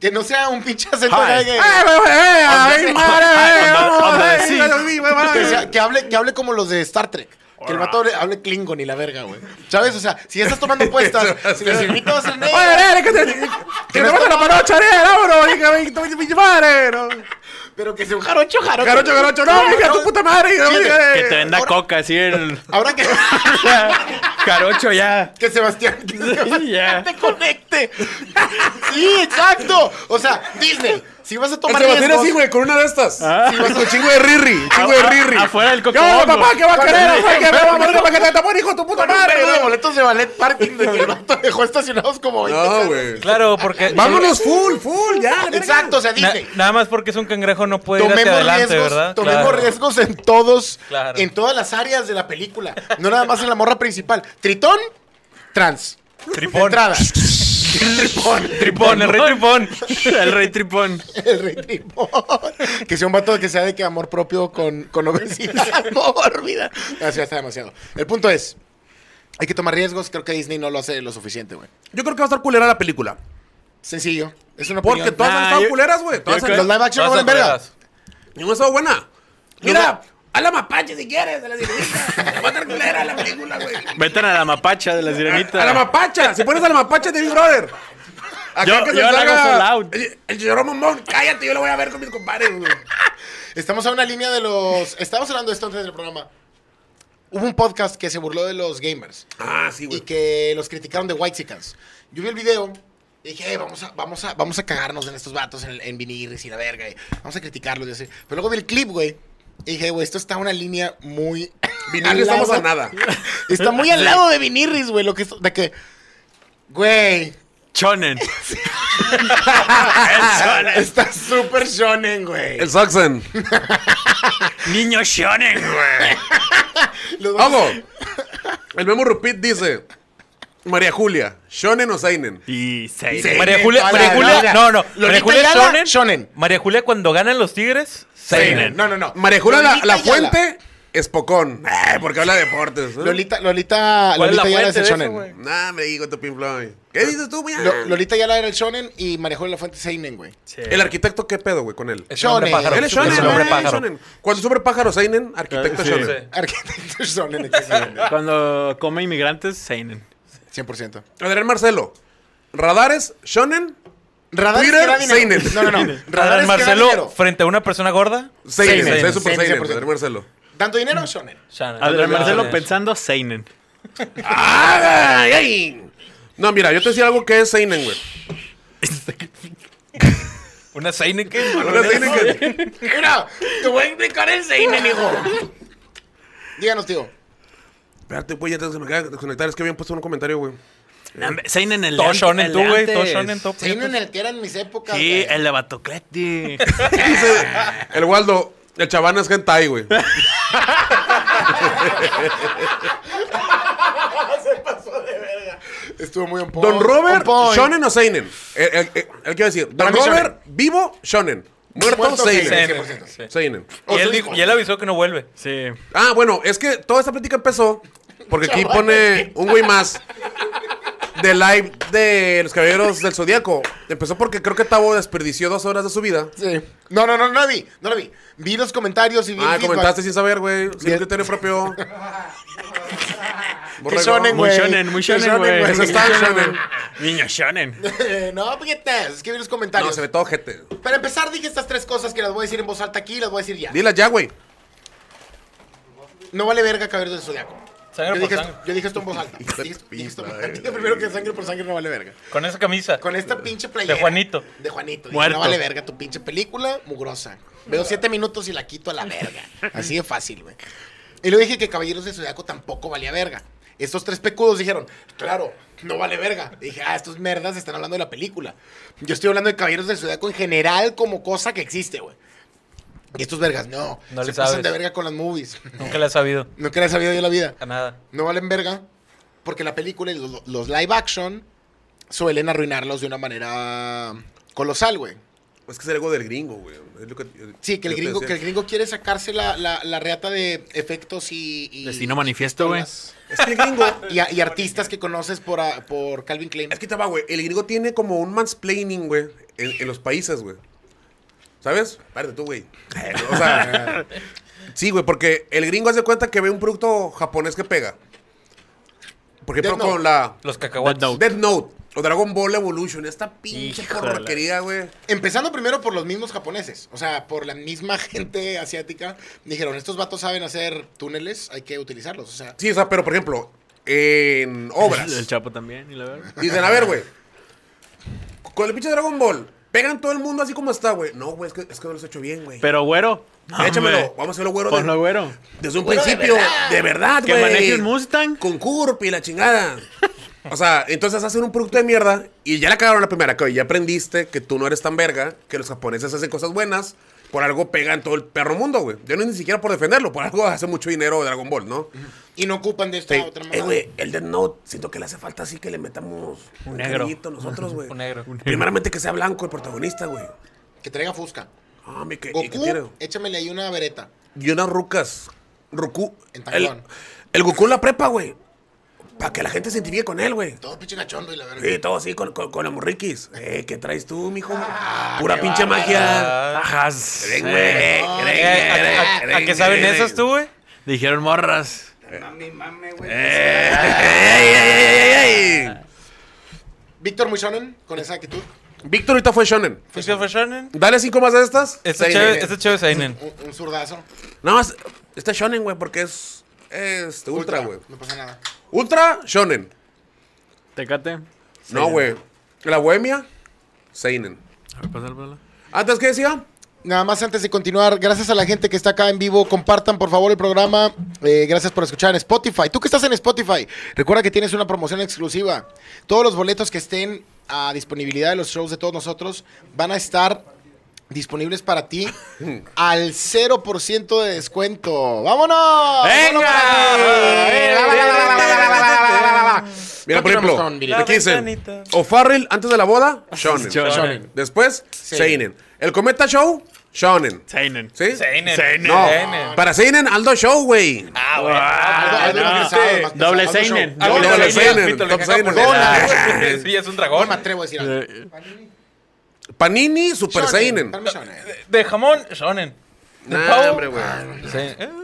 S1: Que no sea un pinche acento
S3: Hi.
S1: de-
S2: ¡Ay, madre, ay,
S3: Onda-
S2: vamos,
S3: onda de
S2: ay,
S3: sí.
S2: ay, ay, ay, ay,
S1: Que,
S2: ay.
S1: sea- que hable, que hable como los de Star Trek. Que el vato hable, hable Klingon y la verga, güey. ¿Sabes? O sea, si ya estás tomando apuestas, si la sirenita va a ser negra,
S2: Oye, nene, que te- que te mata la panocha, nene, vámonos, hija, ven, tu pinche- pinche madre, no.
S1: pero que sea un jarocho, jarocho.
S2: Garocho, garocho, no, hija, tu puta madre, no,
S1: Sí,
S2: hija,
S3: Que
S2: eh.
S3: te venda
S1: Ahora-
S3: coca, así el.
S1: Ahora que,
S3: jarocho ya.
S1: que Sebastián, que Sebastián
S3: ya.
S1: te conecte. Sí, exacto. O sea, Disney, si vas a
S2: El
S1: tomar
S2: Sebastián
S1: riesgos,
S2: así, güey, con una de estas.
S3: Ah.
S2: Sí, vas con chingo de riri, chingo de
S3: A- a-
S2: riri.
S3: afuera del
S2: ¿Qué
S3: cocobongo.
S2: onda, papá? ¿Qué va a querer? Ay, que me va a morir para que te tapó, hijo de tu puta
S1: con un
S2: madre.
S1: vergo de
S2: no.
S1: boletos de ballet parking de que el vato dejó estacionados como 20
S2: No,
S1: carros.
S2: güey.
S4: Claro, porque.
S2: Vámonos full, full, ya.
S1: Exacto, o sea,
S4: Na-
S1: Disney.
S4: nada más porque es un cangrejo no puede ir hacia
S1: tomemos
S4: adelante,
S1: riesgos,
S4: ¿verdad?
S1: tomemos
S4: Claro.
S1: riesgos en todos,
S4: Claro.
S1: en todas las áreas de la película, no nada más en la morra principal. Tritón, trans,
S4: Tripón.
S1: entrada. tripón,
S4: Tripón, el rey tripón.
S3: El rey tripón.
S1: el rey tripón. Que sea un vato que sea de que amor propio con, con obesidad mórbida. Así ya está demasiado. El punto es, hay que tomar riesgos, creo que Disney no lo hace lo suficiente, güey.
S2: Yo creo que va a estar culera la película.
S1: Sencillo, es una
S2: Porque
S1: opinión.
S2: todas han
S3: Nah,
S2: estado
S3: yo-
S2: culeras, güey. Todas
S3: yo
S2: han
S3: creo-
S1: Los live action no
S4: Todas
S1: valen
S4: son
S1: verga.
S4: culeras.
S2: Ninguna ha estado buena. Mira,
S1: Mira,
S2: a la mapache si quieres, a la sirenita. Va a estar culera la película, güey.
S3: Veten a la mapacha de la sirenita.
S2: A la mapacha. Si pones a la mapacha de Big Brother. Acá
S3: Yo- yo la hago full out.
S2: El, el señor Momón, cállate, yo lo voy a ver con mis compadres, güey.
S1: Estamos a una línea de los... Estamos hablando de esto antes del programa. Hubo un podcast que se burló de los gamers.
S2: Ah, sí,
S1: y
S2: güey.
S1: que los criticaron de White Yo vi el video y dije, "Eh, vamos, a, vamos, a, vamos a cagarnos en estos vatos, en, en vinirris y la verga, y vamos a criticarlos. Y así. Pero luego vi el clip, güey. Y dije, güey, esto está a una línea muy.
S2: Vinil, no
S1: al lado-
S2: estamos a nada.
S1: Está muy al lado de vinirris, güey. Lo que es- de que. Güey.
S3: Chonen.
S1: Está súper shonen, güey.
S2: El Saxon.
S3: Niño Shonen, güey.
S1: Los vatos-
S2: Ojo. El Memo Rupit dice: María Julia, Shonen o Seinen.
S3: Y seis.
S1: Sí.
S4: María Julia,
S1: Toda la
S4: María
S1: verga.
S4: Julia, no, no.
S1: Lolita
S4: María Julia
S1: Ayala,
S4: Shonen.
S1: shonen.
S4: María Julia cuando ganan los Tigres, Seinen.
S1: No, no, no.
S2: María Julia, la,
S1: Lolita
S2: la
S1: Ayala.
S2: fuente Espocón. Ay, Eh, porque habla de deportes. ¿eh?
S1: Lolita, Lolita,
S4: ¿Cuál es la
S1: Lolita Yala es
S4: fuente
S1: el
S4: de eso,
S1: shonen.
S4: güey?
S2: Nah, me digo tu Pink Floyd. ¿Qué dices tú, güey?
S1: Lo- Lolita Yala era el shonen y María Julia Fuentes Seinen, güey.
S2: El arquitecto, ¿qué pedo, güey, con él?
S4: Es un hombre
S1: Shonen.
S4: pájaro.
S2: Él es shonen,
S4: Es un hombre
S2: güey,
S4: pájaro.
S2: shonen. Cuando sobre pájaro Seinen, arquitecto
S7: Eh, sí.
S2: shonen.
S4: Sí.
S1: Arquitecto shonen, excelente.
S3: Cuando come inmigrantes, Seinen.
S1: 100%.
S2: Adrián Marcelo. Radares, shonen,
S1: Radares
S2: Twitter,
S1: que da dinero.
S2: Seinen.
S1: No, no, no. Radares
S4: Adán
S1: que da
S4: Marcelo
S1: dinero.
S4: frente a una persona gorda.
S2: Seinen.
S4: Seinen.
S2: Es super
S1: Seinen,
S2: Seinen,
S1: 100%.
S2: Adrián Marcelo.
S1: ¿Tanto dinero
S2: Mm.
S1: o shonen?
S4: Shannon.
S3: Adrián Marcelo
S4: Shannon.
S3: pensando Seinen.
S2: ¡Ay, ay! No, mira, yo te decía algo que es Seinen, güey.
S4: Una Seineken.
S2: Una Seinen que...
S1: Mira, te voy a explicar el Seinen, hijo. Díganos, tío.
S2: Espérate, pues ya te me acaba de desconectar. Es que habían puesto un comentario, güey.
S3: Seinen el de
S4: Todo
S3: antes-
S4: shonen
S3: el
S4: tú,
S3: de
S4: güey. Todo
S3: antes.
S4: shonen, todo
S1: Seinen
S2: pues.
S4: prieto.
S1: el que era en mis épocas.
S3: Sí,
S1: güey.
S3: el de Batocleti.
S2: Dice el Waldo. El chabán es hentai, güey.
S1: Estuvo muy on point.
S2: Don Robert,
S1: On point.
S2: shonen o seinen. El, el- el- el que iba a decir. Don
S1: Para mí,
S2: Robert, vivo, shonen. Muerto,
S1: Muerto,
S2: seinen.
S1: seinen.
S2: seinen.
S1: 100%.
S4: Sí.
S1: O
S4: Y
S1: su
S4: él,
S1: hijo.
S4: dijo- y él avisó que no vuelve.
S3: Sí.
S2: Ah, bueno, es que toda esta plática empezó porque aquí pone un güey más de live de los caballeros del zodiaco. Empezó porque creo que Tavo desperdició dos horas de su vida.
S1: Sí. No, no, no, no la vi, no la vi. Vi los comentarios y vi
S2: Ah,
S1: el feedback.
S2: comentaste sin saber, güey. Sin
S1: Bien.
S2: un criterio propio.
S1: Que
S2: Borrego.
S1: shonen,
S3: Muy
S1: güey.
S3: shonen, muy
S1: Que
S3: shonen, güey.
S2: Eso está, shonen.
S3: Niño Shonen.
S1: Eh, no, puñetas, es que vi los
S2: No,
S1: comentarios.
S2: se ve todo gente.
S1: Para empezar, dije estas tres cosas que las voy a decir en voz alta aquí y las voy a decir ya.
S2: Dila ya, güey.
S1: No vale verga Caballeros del Zodiaco.
S4: Sangre
S1: yo,
S4: por
S1: dije,
S4: sangre.
S1: yo dije esto en voz alta.
S2: Hijo de
S1: Dije, dije esto en voz
S2: pinta,
S1: alta. Dije
S2: eh.
S1: primero que sangre por sangre no vale verga.
S4: Con esa camisa.
S1: Con esta pinche playera.
S4: De Juanito.
S1: De Juanito. Dije,
S3: Muerto.
S1: no vale verga tu pinche película, mugrosa. Veo siete minutos y la quito a la verga. Así de fácil, güey. Y luego dije que Caballeros del Zodiaco tampoco valía verga. Estos tres pecudos dijeron, claro, no vale verga. Y dije, ah, estos merdas están hablando de la película. Yo estoy hablando de Caballeros del Zodiaco en general como cosa que existe, güey. Y estos vergas, no.
S4: No
S1: se
S4: le
S1: pasan
S4: sabes.
S1: de verga con las movies.
S4: Nunca la he sabido.
S1: No que la he sabido yo la vida.
S4: A nada.
S1: No valen verga. Porque la película y los, los live action suelen arruinarlos de una manera colosal, güey.
S2: Es que es algo del gringo, güey. Es lo que-
S1: Sí, que el,
S2: yo te
S1: gringo, que
S2: decía.
S1: el gringo quiere sacarse la, la, la reata de efectos y... y-
S3: Destino manifiesto, güey.
S2: Es que el gringo...
S1: Y, a- y artistas que conoces por, a- por Calvin Klein.
S2: Es que estaba, güey. El gringo tiene como un mansplaining, güey, en, en los países, güey. ¿Sabes? Párate tú, güey. Eh, O sea, sí, güey, porque el gringo hace cuenta que ve un producto japonés que pega. Por ejemplo,
S1: Death
S2: con la
S4: Los cacahuates.
S3: Dead Note.
S2: Death Note o Dragon Ball Evolution. Esta pinche
S3: Híjole.
S2: porquería, güey.
S1: Empezando primero por los mismos japoneses. O sea, por la misma gente asiática. Dijeron, estos vatos saben hacer túneles, hay que utilizarlos. O sea,
S2: Sí, o sea, pero por ejemplo, en obras.
S3: El Chapo también, y la verdad.
S2: Dicen, a ver, güey. Con el pinche Dragon Ball. Pegan todo el mundo así como está, güey. No, güey, es que, es que no lo has hecho bien, güey.
S3: Pero güero. no,
S2: Échamelo.
S3: hombre.
S2: Vamos a hacerlo, güero. de-
S3: Ponlo güero.
S2: Desde un principio, de verdad,
S3: Que
S2: güey.
S3: maneje un Mustang.
S2: Con curp y la chingada. O sea, entonces hacen un producto de mierda y ya la cagaron la primera. Que ya aprendiste que tú no eres tan verga, que los japoneses hacen cosas buenas. Por algo pegan todo el perro mundo, güey. Yo no ni siquiera por defenderlo, por algo hace mucho dinero Dragon Ball, ¿no?
S1: y no ocupan de esta
S2: Sí.
S1: otra
S2: Eh,
S1: manera.
S2: güey, el Death Note, siento que le hace falta así que le metamos un,
S3: negro.
S2: cariñito nosotros, güey.
S4: Un negro.
S2: Primeramente que sea blanco el protagonista, güey.
S1: Que traiga Fusca.
S2: Ah, mi que, y que tiene-
S1: Goku, échamele ahí una vereta.
S2: y unas rucas. Ruku.
S1: En
S2: El,
S1: tacón.
S2: el Goku en la prepa, güey. Para que la gente se identifique con él, güey.
S1: Todo pinche cachondo y la verga.
S2: Sí, todo así, con, con, con los morriquis. Eh, ¿qué traes tú, mijo? Pura pinche magia.
S4: Ah,
S3: Ajas.
S2: Ven, güey.
S3: Eh,
S2: Ven,
S4: eh, ¿A,
S2: ven,
S4: a- a
S2: ven,
S4: qué saben
S2: ven,
S4: esas tú, güey?
S3: Dijeron morras.
S5: Mami, mami, güey.
S2: Eh, ey, ey, ey, ey, ey.
S1: Víctor Mushonen, con esa actitud.
S2: Víctor ahorita fue Shonen.
S4: Christopher Shannon.
S2: Dale cinco más de estas.
S4: Este
S2: Seinen.
S4: chévere este chévere es Seinen.
S1: Un, un zurdazo.
S2: Nada más, este es Shonen, güey, porque es. Este, Ultra, güey.
S1: No pasa nada.
S2: Ultra, Shonen.
S3: Tecate.
S2: No, güey. La Bohemia, Seinen.
S3: A ver, pásalo, pásalo.
S2: ¿Antes qué decía?
S1: Nada más antes de continuar, gracias a la gente que está acá en vivo, compartan por favor el programa. Eh, gracias por escuchar en Spotify. Tú que estás en Spotify, recuerda que tienes una promoción exclusiva. Todos los boletos que estén a disponibilidad de los shows de todos nosotros van a estar disponibles para ti al 0% de descuento. ¡Vámonos! ¡Vámonos para acá!
S2: Ah,
S3: ¡Venga!
S1: Eh, la, la, la, la, la, la, la, la, la, la, la, la.
S2: Mira, por
S1: Continuamos
S2: ejemplo,
S1: con Billy.
S4: La
S2: aquí dicen,
S4: ventanita.
S2: O'Farrell antes de la boda, Shonen.
S3: Shonen.
S2: Después, Seinen. El Cometa Show, Shonen.
S3: Seinen.
S2: ¿Sí?
S4: Seinen.
S3: Seinen.
S2: No,
S4: Seinen.
S2: para Seinen, Aldo Show, güey.
S4: Ah, güey.
S1: Algo-
S4: Ah,
S1: algo
S4: no.
S1: que sabe, Max,
S3: Doble
S1: algo show.
S3: seinen.
S1: Algo-
S2: Doble
S4: Capítulo,
S2: Seinen,
S4: capítulo,
S2: top
S4: que acá
S2: Seinen.
S4: por
S2: Ah.
S4: la- Sí, es un
S1: No
S4: dragón.
S1: me atrevo a decir algo.
S3: Eh,
S2: Panini, Super
S1: pues
S2: Seinen.
S1: Para mí Shonen.
S4: De jamón, shonen. De
S2: Nah,
S4: pavo,
S2: hombre, güey.
S4: Seinen. Eh,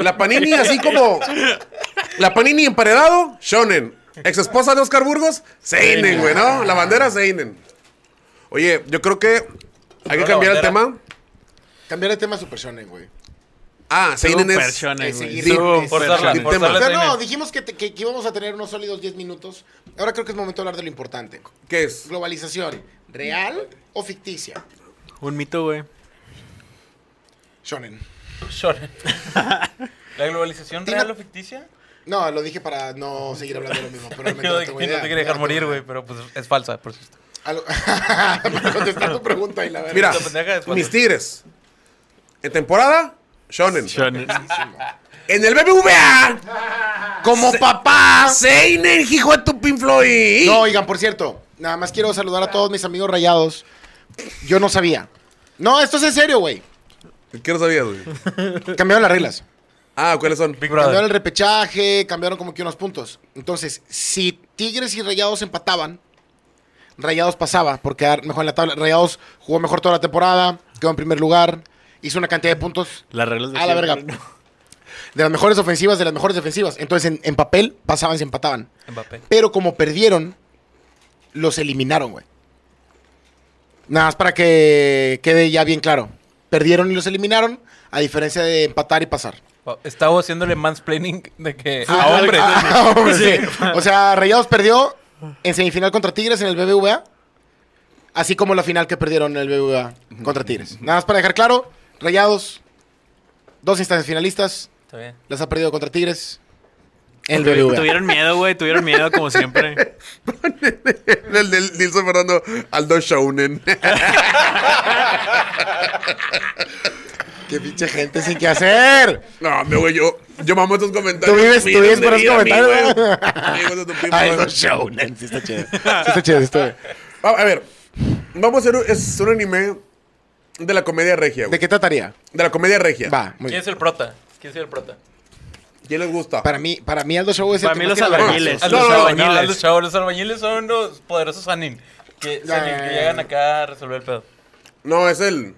S2: La Panini, así como. La Panini emparedado, Shonen. Ex esposa de Oscar Burgos, Seinen, güey, ¿no? La bandera, Seinen. Oye, yo creo que hay que
S4: la
S2: cambiar el
S4: bandera.
S2: tema.
S1: Cambiar de tema a Super Shonen, güey.
S2: Ah, Seinen
S3: Super
S2: es.
S3: Shonen,
S1: es
S3: güey.
S1: seguir-
S3: Super
S1: Por
S4: forzarla,
S3: Shonen.
S2: tema.
S4: forzarla,
S1: Pero no,
S4: Seinen.
S1: dijimos que, te- que- que íbamos a tener unos sólidos 10 minutos. Ahora creo que es momento de hablar de lo importante.
S2: ¿Qué es?
S1: Globalización, ¿real o ficticia?
S3: Un mito, güey.
S1: Shonen.
S4: Shonen. ¿La globalización
S1: Tina-
S4: real o ficticia?
S1: No, lo dije para no seguir hablando de lo mismo, pero realmente
S4: Yo
S1: no
S4: de que
S1: tengo
S4: no
S1: idea.
S4: te quiere dejar
S1: No
S4: morir,
S1: tengo
S4: güey,
S1: idea.
S4: pero pues es falsa, por supuesto.
S1: Algo- para contestar tu pregunta y la verdad.
S2: Mira,
S4: Esta pendeja es cuatro.
S2: mis tigres. En temporada, Shonen.
S3: Shonen.
S2: En el BBVA,
S1: como papá.
S2: Seinen, hijo de tu Pink Floyd.
S1: No, oigan, por cierto, nada más quiero saludar a todos mis amigos rayados. Yo no sabía. No, esto es en serio, güey.
S2: ¿Qué no sabías, güey?
S1: Cambiaron las reglas.
S2: Ah, ¿cuáles son?
S4: Big
S1: Cambiaron el
S4: Brother.
S1: repechaje, cambiaron como que unos puntos. Entonces, si Tigres y Rayados empataban, Rayados pasaba por quedar mejor en la tabla. Rayados jugó mejor toda la temporada, quedó en primer lugar, hizo una cantidad de puntos
S3: Las reglas de
S1: a la
S3: siempre,
S1: verga.
S3: ¿no?
S1: De las mejores ofensivas, de las mejores defensivas. Entonces, en, en papel pasaban si empataban.
S4: Mbappé.
S1: Pero como perdieron, los eliminaron, güey. Nada más para que quede ya bien claro. Perdieron y los eliminaron, a diferencia de empatar y pasar.
S4: Wow, Estaba haciéndole mansplaining de que
S1: Ah,
S4: a hombres.
S1: ah, hombre,
S3: Eh, Sí.
S1: sí. O sea, Rayados perdió en semifinal contra Tigres en el BBVA, así como la final que perdieron en el BBVA contra Tigres. Nada más para dejar claro, Rayados, dos instancias finalistas,
S4: Está bien.
S1: las ha perdido contra Tigres en el BBVA.
S3: Tuvieron miedo, güey. Tuvieron miedo, como siempre.
S2: El del Nilson Fernando Aldo Shonen.
S1: Qué pinche gente sin qué hacer.
S2: No, me güey, yo, yo mamo estos comentarios.
S1: Tú vives- tú
S2: Mira,
S1: vives por
S2: mira,
S1: esos
S2: mira,
S1: comentarios,
S2: güey.
S1: ¿no?
S2: Hijo de tu Pink
S1: Ay,
S2: Floyd.
S1: los shounen, sí está chido. Sí está chido, sí está bien.
S2: Va- A ver, vamos a hacer un, es un anime de la comedia regia,
S1: ¿De
S2: güey.
S1: qué trataría?
S2: De la comedia regia.
S1: Va, muy
S4: ¿Quién
S1: bien.
S4: es el prota? ¿Quién es el prota?
S2: ¿Quién les gusta?
S1: Para mí, para mí Aldo Show es
S3: Para
S1: que
S3: mí
S1: más
S3: los
S1: tiene la razón.
S3: albañiles.
S4: A
S2: No,
S4: Ah, los
S2: no, no,
S4: albañiles.
S3: no,
S4: a
S3: es-
S4: los chavos, los albañiles son los poderosos Sanin. Que,
S1: Ya,
S4: Sanin,
S1: ya,
S4: que
S1: ya.
S4: llegan acá a resolver el pedo.
S2: No, es el.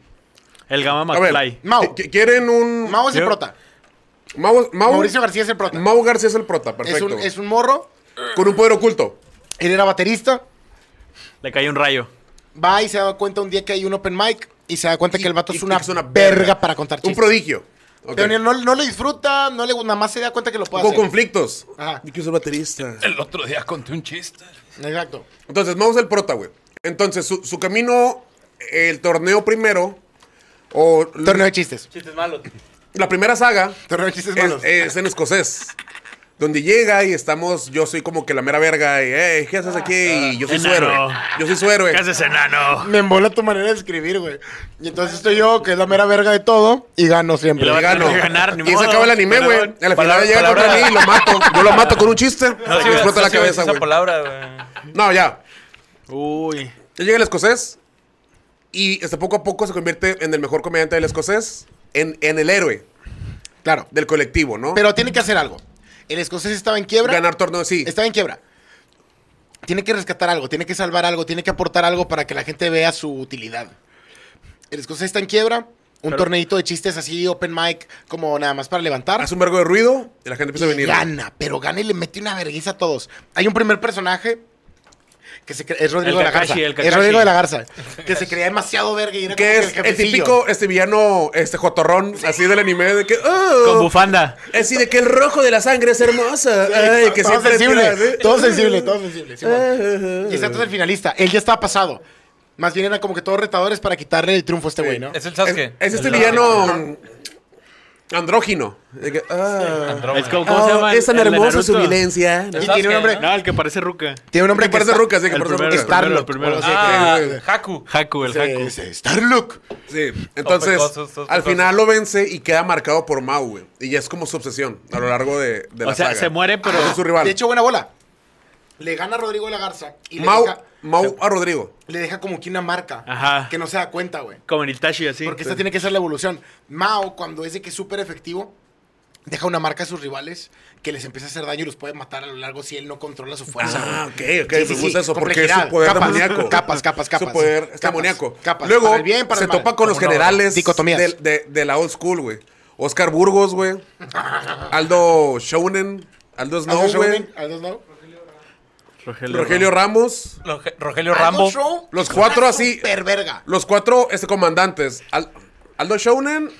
S3: El Gama
S2: A ver,
S3: McFly.
S1: Mau.
S2: ¿qu- ¿Quieren un.
S1: Mau es el
S3: Yo-
S1: prota.
S2: Mau- Mau-
S1: Mauricio García es el prota.
S2: Mau García es el prota,
S1: Es
S2: perfecto.
S1: un, es un morro.
S2: Con un poder oculto.
S1: Él era baterista.
S3: Le cae un rayo.
S1: Va y se da cuenta un día que hay un open mic y se da cuenta que el vato
S2: Y-
S1: es una,
S2: y
S1: verga para contar
S2: Un
S1: chistes.
S2: prodigio. Ok.
S1: Pero no, no lo disfruta, no le, nada más se da cuenta que lo puede
S2: Con
S1: hacer.
S2: conflictos.
S1: Ajá.
S2: Yo quiero ser baterista.
S4: El otro día conté un chiste.
S1: Exacto.
S2: Entonces, Mau es el prota, güey. Entonces, su, su camino, el torneo primero, o
S1: Torneo de chistes. eh,
S4: Chistes malos.
S2: la primera saga,
S1: Torneo de chistes malos.
S2: es, es en escocés. Donde llega y estamos, yo soy como que la mera verga, y, "Ey, ¿qué haces aquí? Y yo soy su héroe.
S3: Enano.
S2: Yo soy su héroe.
S3: ¿Qué haces, enano?
S1: Me embola tu manera de escribir, güey. Y entonces estoy yo, que es la mera verga de todo, y gano siempre.
S3: Y lo
S2: Y gano.
S3: Tengo que ganar, ni
S2: y se
S3: modo.
S2: acaba el anime,
S3: Pero
S2: güey.
S3: bueno.
S2: A la final
S4: Palabra-
S2: llega contra mí
S4: palabra-
S2: y lo mato. Yo lo mato con un chiste.
S4: No,
S2: me explota la cabeza,
S4: esa
S2: güey.
S4: palabra, güey.
S2: No, ya.
S3: Uy.
S2: Ya llega el escocés y este poco a poco se convierte en el mejor comediante del escocés, en, en el héroe
S1: Claro.
S2: del colectivo, ¿no?
S1: Pero tiene que hacer algo. El escocés estaba en quiebra.
S2: ganar torneos, sí.
S1: Estaba en quiebra. Tiene que rescatar algo, tiene que salvar algo, tiene que aportar algo para que la gente vea su utilidad. El escocés está en quiebra. Un torneito de chistes así, open mic, como nada más para levantar.
S2: Hace un vergo de ruido y la gente empieza a
S1: Y
S2: venir.
S1: gana, pero gana y le mete una vergüenza a todos. Hay un primer personaje que se cre- es Rodrigo
S3: El
S1: de la
S3: Kakashi,
S1: Garza.
S3: el
S1: es
S3: Kakashi.
S1: Rodrigo de la Garza. Que se creía demasiado verga y era como
S2: Que es
S1: que
S2: el
S1: jefecillo.
S2: típico este villano este jotorrón así del anime de que "Oh,
S3: Con bufanda.
S2: así de que el rojo de la sangre es hermoso ay, que
S1: todo,
S2: siempre
S1: sensible,
S2: tira así.
S1: todo sensible, todo sensible, Simón. Y está entonces el finalista. Él ya estaba pasado. Más bien eran como que todos retadores para quitarle el triunfo a este güey, ¿no?
S4: Es el
S2: este Es,
S4: Sasuke.
S2: es este
S4: El-
S2: villano Andrógino. De que, ah,
S4: Andrómeda.
S3: Es como- ¿Cómo se
S2: oh,
S3: llama el-
S2: Es tan
S3: el de
S2: hermosa su
S3: Naruto?
S2: violencia.
S1: Y
S4: ¿Sabes
S1: tiene un
S4: qué?
S1: nombre.
S3: No, el que parece ruca.
S1: Tiene un nombre
S2: Que parece
S1: está-
S2: ruca, sí, que
S3: El
S2: parece
S3: primero,
S2: ruca.
S3: el primero, el
S1: Starlock,
S3: primero.
S1: o algo así.
S4: Ah,
S2: Sí, sí.
S4: Haku.
S3: Haku, el
S1: Sí,
S3: Haku.
S1: sí, Starlook.
S2: Sí, entonces
S4: pecosos, sos
S2: al
S4: pecosos.
S2: final lo vence y queda marcado por Mau, güey. Y ya es como su obsesión a lo largo de, de
S3: O
S2: la
S3: sea,
S2: saga.
S3: se muere, pero-
S2: Es su rival.
S1: De hecho, buena bola. Le gana a Rodrigo de la Garza y le,
S2: Mau,
S1: deja,
S2: Mau a Rodrigo.
S1: le deja como que una marca
S3: Ajá.
S1: que no se da cuenta, güey.
S3: Como en Itachi, así.
S1: Porque
S2: este
S1: esta tiene que ser la evolución. Mao, cuando es de que es súper efectivo, deja una marca a sus rivales que les empieza a hacer daño y los puede matar a lo largo si él no controla su fuerza.
S2: Ah,
S1: güey.
S2: ok, ok,
S1: Sí,
S2: me
S1: sí, sí,
S2: gusta eso, porque es
S1: complejidad,
S2: su poder
S1: capas,
S2: demoníaco.
S1: Capas, capas, capas.
S2: Su poder es
S1: Capas,
S2: demoníaco.
S1: Capas.
S2: Luego
S1: Para el bien, para
S2: se
S1: el mal.
S2: topa con los
S1: Como no,
S2: generales
S1: dicotomías.
S2: del- de, de la old school, güey. Oscar Burgos, güey. Aldo Shounen. Aldo Snow,
S1: Aldo
S2: güey.
S1: Shounen, Aldo Snow.
S3: Rogelio.
S2: Rogelio Ramos.
S4: Roge- Rogelio Rambo.
S1: Aldo Snow
S2: Los
S1: es
S2: cuatro
S1: una
S2: así.
S1: superverga.
S2: Los cuatro este, comandantes. Al- Aldo Shounen,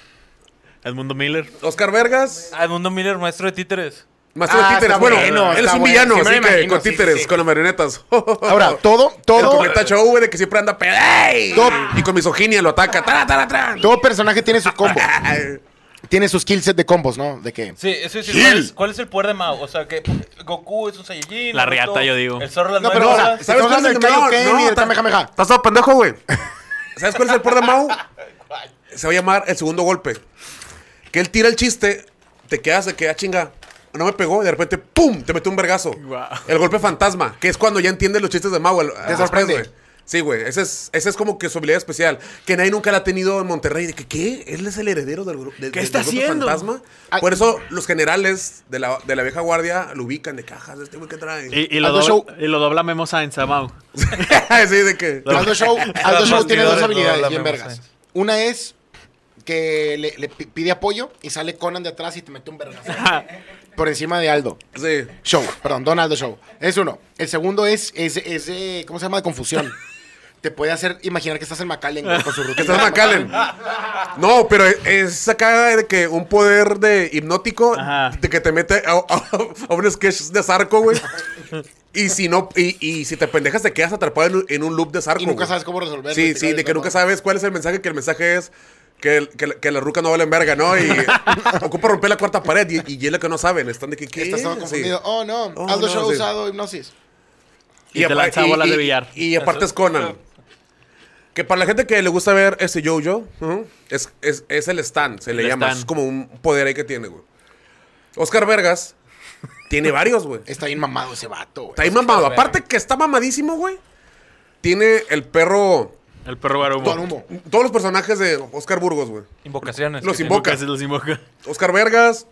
S3: Edmundo Miller.
S2: Oscar Vergas.
S4: Edmundo Miller, maestro de títeres.
S2: Maestro de
S1: Ah,
S2: títeres.
S1: está
S2: Bueno,
S1: bueno,
S2: él es
S1: está
S2: un
S1: bueno. Sí
S2: villano,
S1: me
S2: así
S1: lo
S2: que
S1: imagino,
S2: con
S1: sí,
S2: títeres,
S1: sí.
S2: con las marionetas.
S1: Ahora, todo,
S2: El
S1: todo,
S2: cometa Chau, güey, de que siempre anda pe- ¡Ey! Y con misoginia lo ataca. ¡Tara, tara, tara!
S1: todo personaje tiene su combo. tiene su skill set de combos, ¿no? De que...
S4: Sí, eso es
S2: Gil.
S4: ¿cuál, es, cuál es el poder de Mao? O sea, que Goku es un Saiyajin.
S3: La
S4: Naruto,
S3: riata, yo digo.
S4: El zorro de las
S1: No,
S4: nueve
S1: pero
S4: colas.
S1: ahora,
S2: ¿Sabes
S1: ¿Estás
S2: cuál es el
S1: hablando del
S2: no,
S1: Kaioken y
S2: no,
S1: del
S2: ta-
S1: Kamehameha?
S2: Estás todo pendejo, güey. ¿Sabes cuál es el poder de Mao? Se va a llamar el segundo golpe. Que él tira el chiste, te quedas, se queda chinga. No me pegó, y de repente, ¡pum! Te mete un vergazo.
S3: Guau.
S2: El golpe fantasma, que es cuando ya entiendes los chistes de Mao. al- al-
S1: sorprende.
S2: después, güey. Sí, güey. Esa es, esa es como que su habilidad especial. Que nadie nunca la ha tenido en Monterrey. De que, ¿qué? Él es el heredero del, grupo
S3: ¿Qué está haciendo?
S2: fantasma.
S1: Ay.
S2: Por eso los generales de la, de la vieja guardia lo ubican de cajas. Este güey que trae.
S3: Y, y lo
S1: Aldo
S3: dobla,
S1: Show.
S3: y lo dobla Memo Sainz a Mau.
S2: sí, de que.
S1: Aldo Show, Aldo Show tiene
S4: Los
S1: dos
S4: seguidores,
S1: habilidades
S4: no,
S1: bien
S4: la
S1: vergas.
S4: Memo Sainz.
S1: Una es que le, le pi- pide apoyo y sale Conan de atrás y te mete un vergazo por encima de Aldo.
S2: Sí.
S1: Show, perdón, Donaldo Show. Es uno. El segundo es, es, es, eh, ¿cómo se llama? De confusión. Te puede hacer imaginar que estás en McAllen güey, con su rutina.
S2: Que estás McAllen. No, pero es- es acá de que un poder de hipnótico
S3: Ajá.
S2: de que te mete a, a- a un sketch de Zarco, güey. Y si no, y, y si te pendejas, te quedas atrapado en, un- en un loop de Zarco.
S1: Y nunca
S2: güey.
S1: sabes cómo resolverlo.
S2: Sí, sí, de que nunca sabes cuál es el mensaje, que el mensaje es que, el- que, la- que la ruca no valen verga, ¿no? Y ocupa romper la cuarta pared y, y es lo que no saben. Están de que, ¿qué?
S1: Estás todo
S2: Sí.
S1: confundido. Oh, no.
S2: Oh,
S1: Aldo
S2: no,
S1: Show ha
S2: sí.
S1: usado hipnosis.
S3: Y te
S2: apa-
S3: lanza bolas de billar.
S2: Y aparte es Conan. Que para la gente que le gusta ver ese Jojo, ujú, es, es, es el stand, se le
S3: El
S2: llama.
S3: stand.
S2: Es como un poder ahí que tiene, güey. Oscar Vergas tiene varios, güey.
S1: Está bien mamado ese vato, güey.
S2: Está ahí mamado.
S4: Vergas.
S2: Aparte que está mamadísimo, güey. Tiene el perro.
S3: El perro Barumo.
S1: Don Humo.
S2: Todos los personajes de Oscar Burgos, güey.
S4: Invocaciones.
S2: Los
S4: que
S2: invoca.
S3: Casi los invoca.
S2: Oscar Vergas,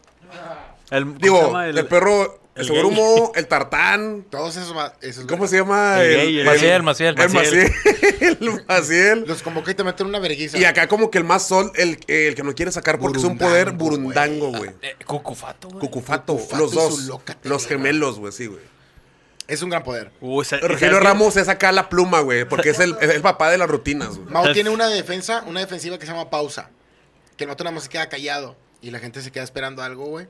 S3: El, ¿cómo se
S2: digo,
S3: llama?
S2: el, perro, el,
S3: el
S2: seguro
S3: gay.
S2: humo, el tartán.
S1: Todos esos. ma- esos
S2: ¿Cómo se llama?
S3: El gay, el
S4: Maciel, Maciel,
S2: El Maciel. El Maciel.
S1: Los convoqué y te meten una vergüenza.
S2: Y acá como que el más sol, el, el que no quiere sacar porque es un poder
S1: Burundango,
S2: burundango, güey.
S4: tiene- Eh, Cucufato, güey.
S2: Cucufato,
S1: Cucufato
S2: los
S1: y su
S2: dos.
S1: loca tela.
S2: Los gemelos, güey, sí, güey.
S1: Es un gran poder.
S3: Uh, sa-
S2: Rogelio
S3: ¿sabes qué?
S2: Ramos es acá la pluma, güey, porque es el, es el papá de las rutinas, güey.
S1: Mao
S3: Es-
S1: tiene una defensa, una defensiva que se llama pausa. Que el vato nada más se queda callado y la gente se queda esperando algo, güey.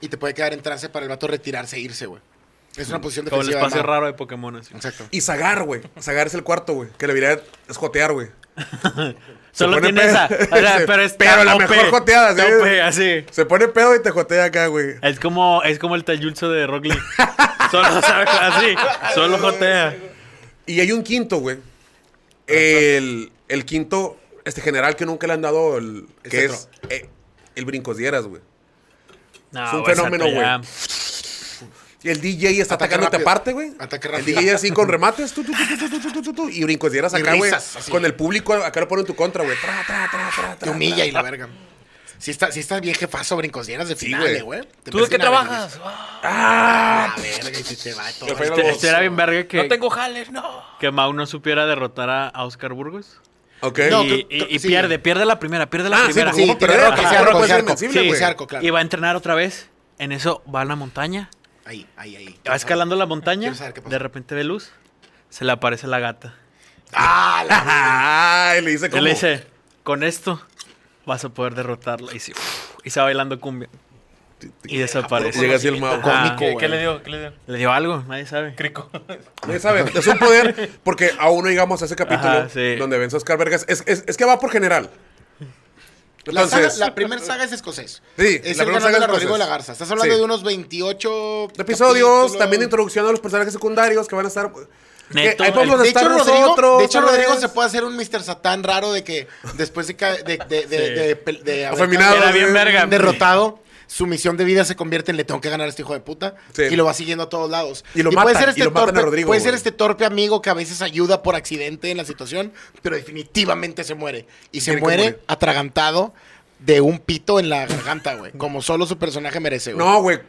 S1: Y te puede quedar en trance para el vato retirarse e irse, güey. Es una posición
S3: Como el
S1: defensiva. de
S3: espacio
S1: Mao.
S3: raro de Pokémon. así.
S1: Exacto.
S2: Y Zagar, güey. Zagar es el cuarto, güey, que le habilidad es jotear, güey.
S3: Solo
S2: pone
S3: tiene
S2: pedo.
S3: esa. o sea,
S2: Sí.
S3: pero es
S2: Pero la
S3: tope,
S2: mejor joteada, ¿sí?
S3: tope, así.
S2: Se pone pedo y te jotea acá, güey.
S3: Es como, es como el tayulso de Rock Lee. Solo sabe así. Solo jotea.
S2: Y hay un quinto, güey. El, el quinto, este general que nunca le han dado, el,
S1: El
S2: que es
S1: cetro.
S2: eh, el brincos dieras, güey.
S3: No,
S2: Es un
S3: güey,
S2: fenómeno,
S3: Santa ya.
S2: güey. Y el DJ está
S1: Ataque
S2: atacándote
S1: rápido.
S2: aparte, güey.
S1: Ataque
S2: El
S1: rápido.
S2: DJ así con remates, tú, tú, tú, tú, tú, tú, tú, tú, tú, y brincos dieras
S1: Y
S2: acá, güey.
S1: risas, así.
S2: Con el público acá lo ponen en tu contra, güey. Tra, tra, tra, tra,
S1: Te
S2: tra,
S1: humilla y la verga. Si está, si está bien jefazo, brincos llenas de finales,
S2: güey.
S1: güey.
S4: ¿Tú de qué trabajas?
S1: Ah, verga, y si te va todo.
S2: Yo-
S3: Este, este era bien verga que,
S4: No tengo jales, no.
S3: que Mau no supiera derrotar a, a Oscar Burgos.
S2: tra. Ok.
S1: Eh, No,
S3: y
S1: creo-
S3: y-
S1: creo-
S3: y
S1: sí.
S3: pierde, pierde la primera, pierde la
S2: Ah, sí,
S3: primera.
S2: porque-
S1: Sí,
S2: ¿Cómo
S1: tiene
S2: perder?
S1: arco,
S2: Ajá.
S1: ese arco,
S2: Pero puede
S1: ese
S2: ser
S1: arco.
S2: invencible,
S1: Sí,
S2: güey.
S1: ese arco, claro.
S3: Y va a entrenar otra vez. En eso va a la montaña.
S1: Ahí, ahí, ahí.
S3: Va escalando la montaña.
S1: Quiero saber qué pasa.
S3: De repente ve luz. Se le aparece la gata.
S1: Ah, la
S2: Ay, le dice como...
S3: Él le dice, con esto vas a poder derrotarla. Y, se- uf, y se va bailando cumbia. Y desaparece.
S2: Llega así el mago.
S1: Ajá.
S3: Ah,
S1: Cómico,
S4: ¿Qué, qué
S1: güey.
S4: le dio? ¿Qué le dio?
S3: Le dio algo, nadie sabe.
S4: Crico.
S2: Ya sabes, es un poder porque aún no llegamos a ese capítulo
S3: Ajá, sí.
S2: donde vence a Oscar Vergas. Es, es- es que va por general.
S1: La, saga-
S2: Entonces,
S1: la primera saga es escocés.
S2: Sí,
S1: es
S2: la
S1: el
S2: primera
S1: canal
S2: saga
S1: de
S2: es
S1: Rodrigo de la
S2: escocés.
S1: Garza. Estás hablando
S2: Sí.
S1: de unos 28
S2: episodios,
S1: capítulos.
S2: también introducción a los personajes secundarios que van a estar. eh,
S3: Neto,
S2: que ahí podemos
S1: De
S2: estar
S1: hecho, Rodrigo,
S2: nosotros,
S1: de hecho,
S2: tal
S1: Rodrigo
S2: vez.
S1: se puede hacer un Mr. Satán raro de que después de, ca- de, de, de, de- de- de haber
S2: Afeminado.
S3: Era bien
S2: sí.
S3: verga.
S1: derrotado, su misión de vida se convierte en le tengo que ganar a este hijo de puta.
S2: Sí.
S1: Y lo va siguiendo a todos lados.
S2: Y lo matan,
S1: puede ser
S2: y
S1: este
S2: lo matan a
S1: torpe,
S2: Rodrigo,
S1: Puede ser
S2: güey.
S1: este torpe amigo que a veces ayuda por accidente en la situación, pero definitivamente se muere. Y se
S2: Tiene que
S1: muere
S2: morir.
S1: atragantado de un pito en la garganta, güey. Como solo su personaje merece, güey.
S2: No, güey.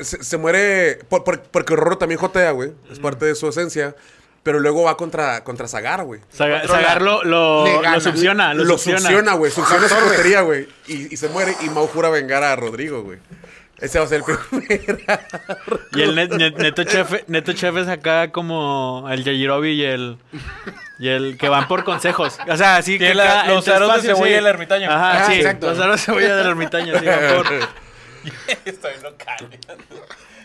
S2: Se, se muere. por- por- porque Rorro también jotea, güey. Es parte de su esencia. Pero luego va contra, contra Zagar, güey.
S3: Saga-
S4: Controla.
S3: Sagar lo, lo,
S1: Le
S3: lo
S1: gana.
S3: succiona, Ah, lo,
S2: Lo
S3: succiona.
S2: succiona, güey. Succiona su portería, güey. Y, y se muere. Y Mau jura vengar a Rodrigo, güey. Ese va a ser el primer.
S3: Y el net- net- neto, chef, neto chef es acá como el Yajirobi y el. Y el que van por consejos. O sea, así
S4: Tiene
S3: que
S4: la-
S3: cada-
S4: los
S3: entre
S4: aros de
S3: espacios,
S4: cebolla del ermitaño.
S3: Ajá,
S1: Ah,
S3: sí.
S1: exacto.
S3: Los aros de cebolla del ermitaño, sí, van por.
S4: Estoy local.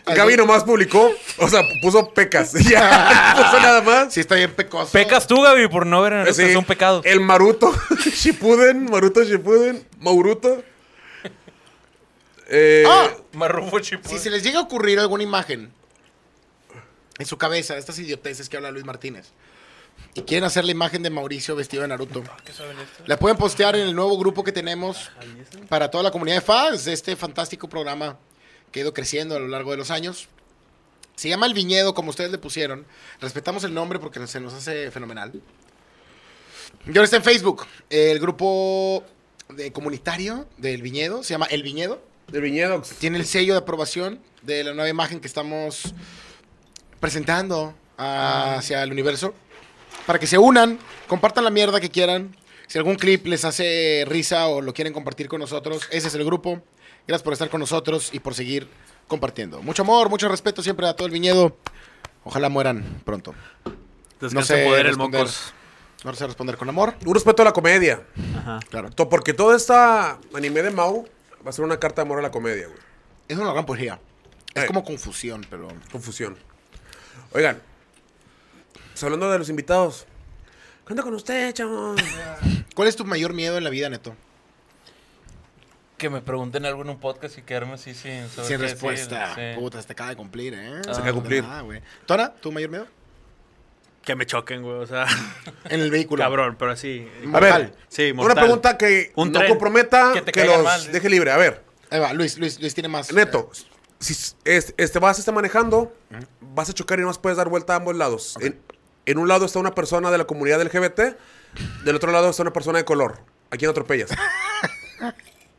S2: Gaby nomás publicó. O sea, puso pecas. Ya. No puso nada más.
S1: Sí, está bien pecoso.
S4: Pecas tú, Gaby, por no
S1: Eh,
S4: ver en
S2: Sí.
S4: esto. Es un pecado.
S2: El Maruto Shippuden. Maruto Shippuden. Mauruto. Eh,
S1: ¡Ah!
S4: Marrufo chipú.
S1: Si se les llega a ocurrir alguna imagen en su cabeza, estas idioteces que habla Luis Martínez, y quieren hacer la imagen de Mauricio vestido de Naruto, la pueden postear en el nuevo grupo que tenemos para toda la comunidad de fans de este fantástico programa que ha ido creciendo a lo largo de los años. Se llama El Viñedo, como ustedes le pusieron. Respetamos el nombre porque se nos hace fenomenal. Y ahora está en Facebook. El grupo de comunitario del Viñedo se llama El Viñedo
S2: De Viñedox.
S1: tiene el sello de aprobación de la nueva imagen que estamos presentando hacia el universo. Para que se unan, compartan la mierda que quieran. Si algún clip les hace risa o lo quieren compartir con nosotros, ese es el grupo. Gracias por estar con nosotros y por seguir compartiendo. Mucho amor, mucho respeto siempre a todo el viñedo. Ojalá mueran pronto.
S3: Descansa
S1: sé
S3: poder el
S1: responder.
S3: mocos.
S1: Vamos a responder con amor.
S2: Un respeto a la comedia.
S3: Ajá.
S1: Claro.
S2: To- Porque todo esta anime de Mau va a ser una carta de amor a la comedia, güey.
S1: Es una gran poesía. Es
S2: Eh.
S1: como confusión, pero...
S2: Confusión. Oigan, pues hablando de los invitados. Cuento con usted, chavos.
S1: ¿Cuál es tu mayor miedo en la vida, Neto?
S4: Que me pregunten algo en un podcast y quedarme así sin saber
S1: Sin
S4: qué
S1: respuesta.
S4: decir, sí.
S1: Puta, se te acaba de cumplir, ¿eh? Se
S2: acaba de cumplir.
S1: nada, güey. Tona, ¿tu mayor miedo?
S3: Que me choquen, güey. O sea,
S1: En el vehículo.
S3: cabrón, pero así.
S2: A ver,
S3: Sí, mortal.
S2: una pregunta que
S3: Un
S2: no
S3: tren.
S2: comprometa, que,
S4: Que te
S2: los
S4: caigan
S3: ¿eh?
S4: mal.
S2: deje libre. A ver,
S1: Ahí va, Luis, Luis, Luis tiene más. eh.
S2: Neto, si s- es- este, vas está manejando, vas a chocar y no más puedes dar vuelta a ambos lados. En, en un lado está una persona de la comunidad LGBT, del otro lado está una persona de color. ¿A quién atropellas?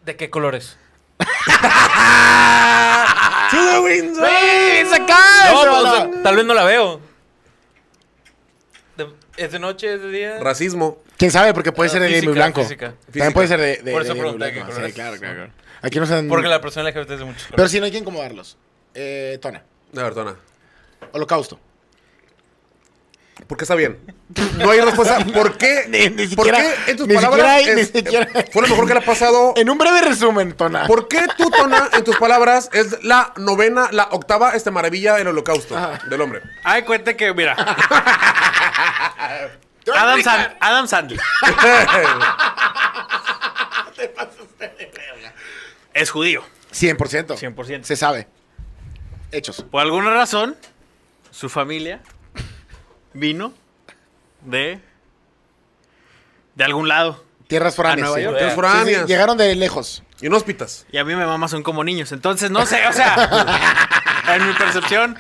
S4: ¿De qué colores?
S2: ¡To the windsor!
S4: No,
S1: eso,
S4: pues,
S1: no.
S4: tal vez no la veo. De- ¿Es de noche? ¿Es de día?
S2: Racismo.
S1: ¿Quién sabe? Porque puede
S4: Ah,
S1: ser de
S4: física,
S1: muy blanco.
S4: física.
S1: También puede ser de. de
S4: Por eso
S1: de
S4: pregunté
S1: blanco.
S4: qué color
S1: Sí,
S4: es.
S1: claro, claro, claro. Aquí no se dan.
S4: Porque la persona LGBT es de muchos
S1: Pero
S4: colores.
S1: si no hay que incomodarlos. Eh, Tona,
S2: A ver, Tona.
S1: holocausto.
S2: Porque está bien. No hay respuesta. ¿Por qué?
S1: Ni- ni
S2: ¿Por
S1: siquiera-
S2: qué en tus
S1: ni siquiera
S2: palabras?
S1: hay- ni
S2: es- eh,
S1: siquiera hay.
S2: Fue lo mejor que le ha pasado.
S1: En un breve resumen, Tona.
S2: ¿Por qué tú, Tona, en tus palabras, es la novena, la octava esta maravilla del holocausto del hombre?
S3: Ay, cuenta que, mira. Adam, Sand- Adam Sandler. Es judío.
S1: 100%.
S3: 100%.
S1: Se sabe. Hechos.
S3: Por alguna razón, su familia vino de. de algún lado.
S1: Tierras
S4: Ah,
S1: foráneas.
S3: Nueva
S1: sí.
S3: York.
S1: Sí, sí,
S2: Foráneas.
S1: Llegaron de lejos.
S2: Y no hospitas.
S3: Y a mí me mamá son como niños. Entonces, no sé, o sea. en mi percepción,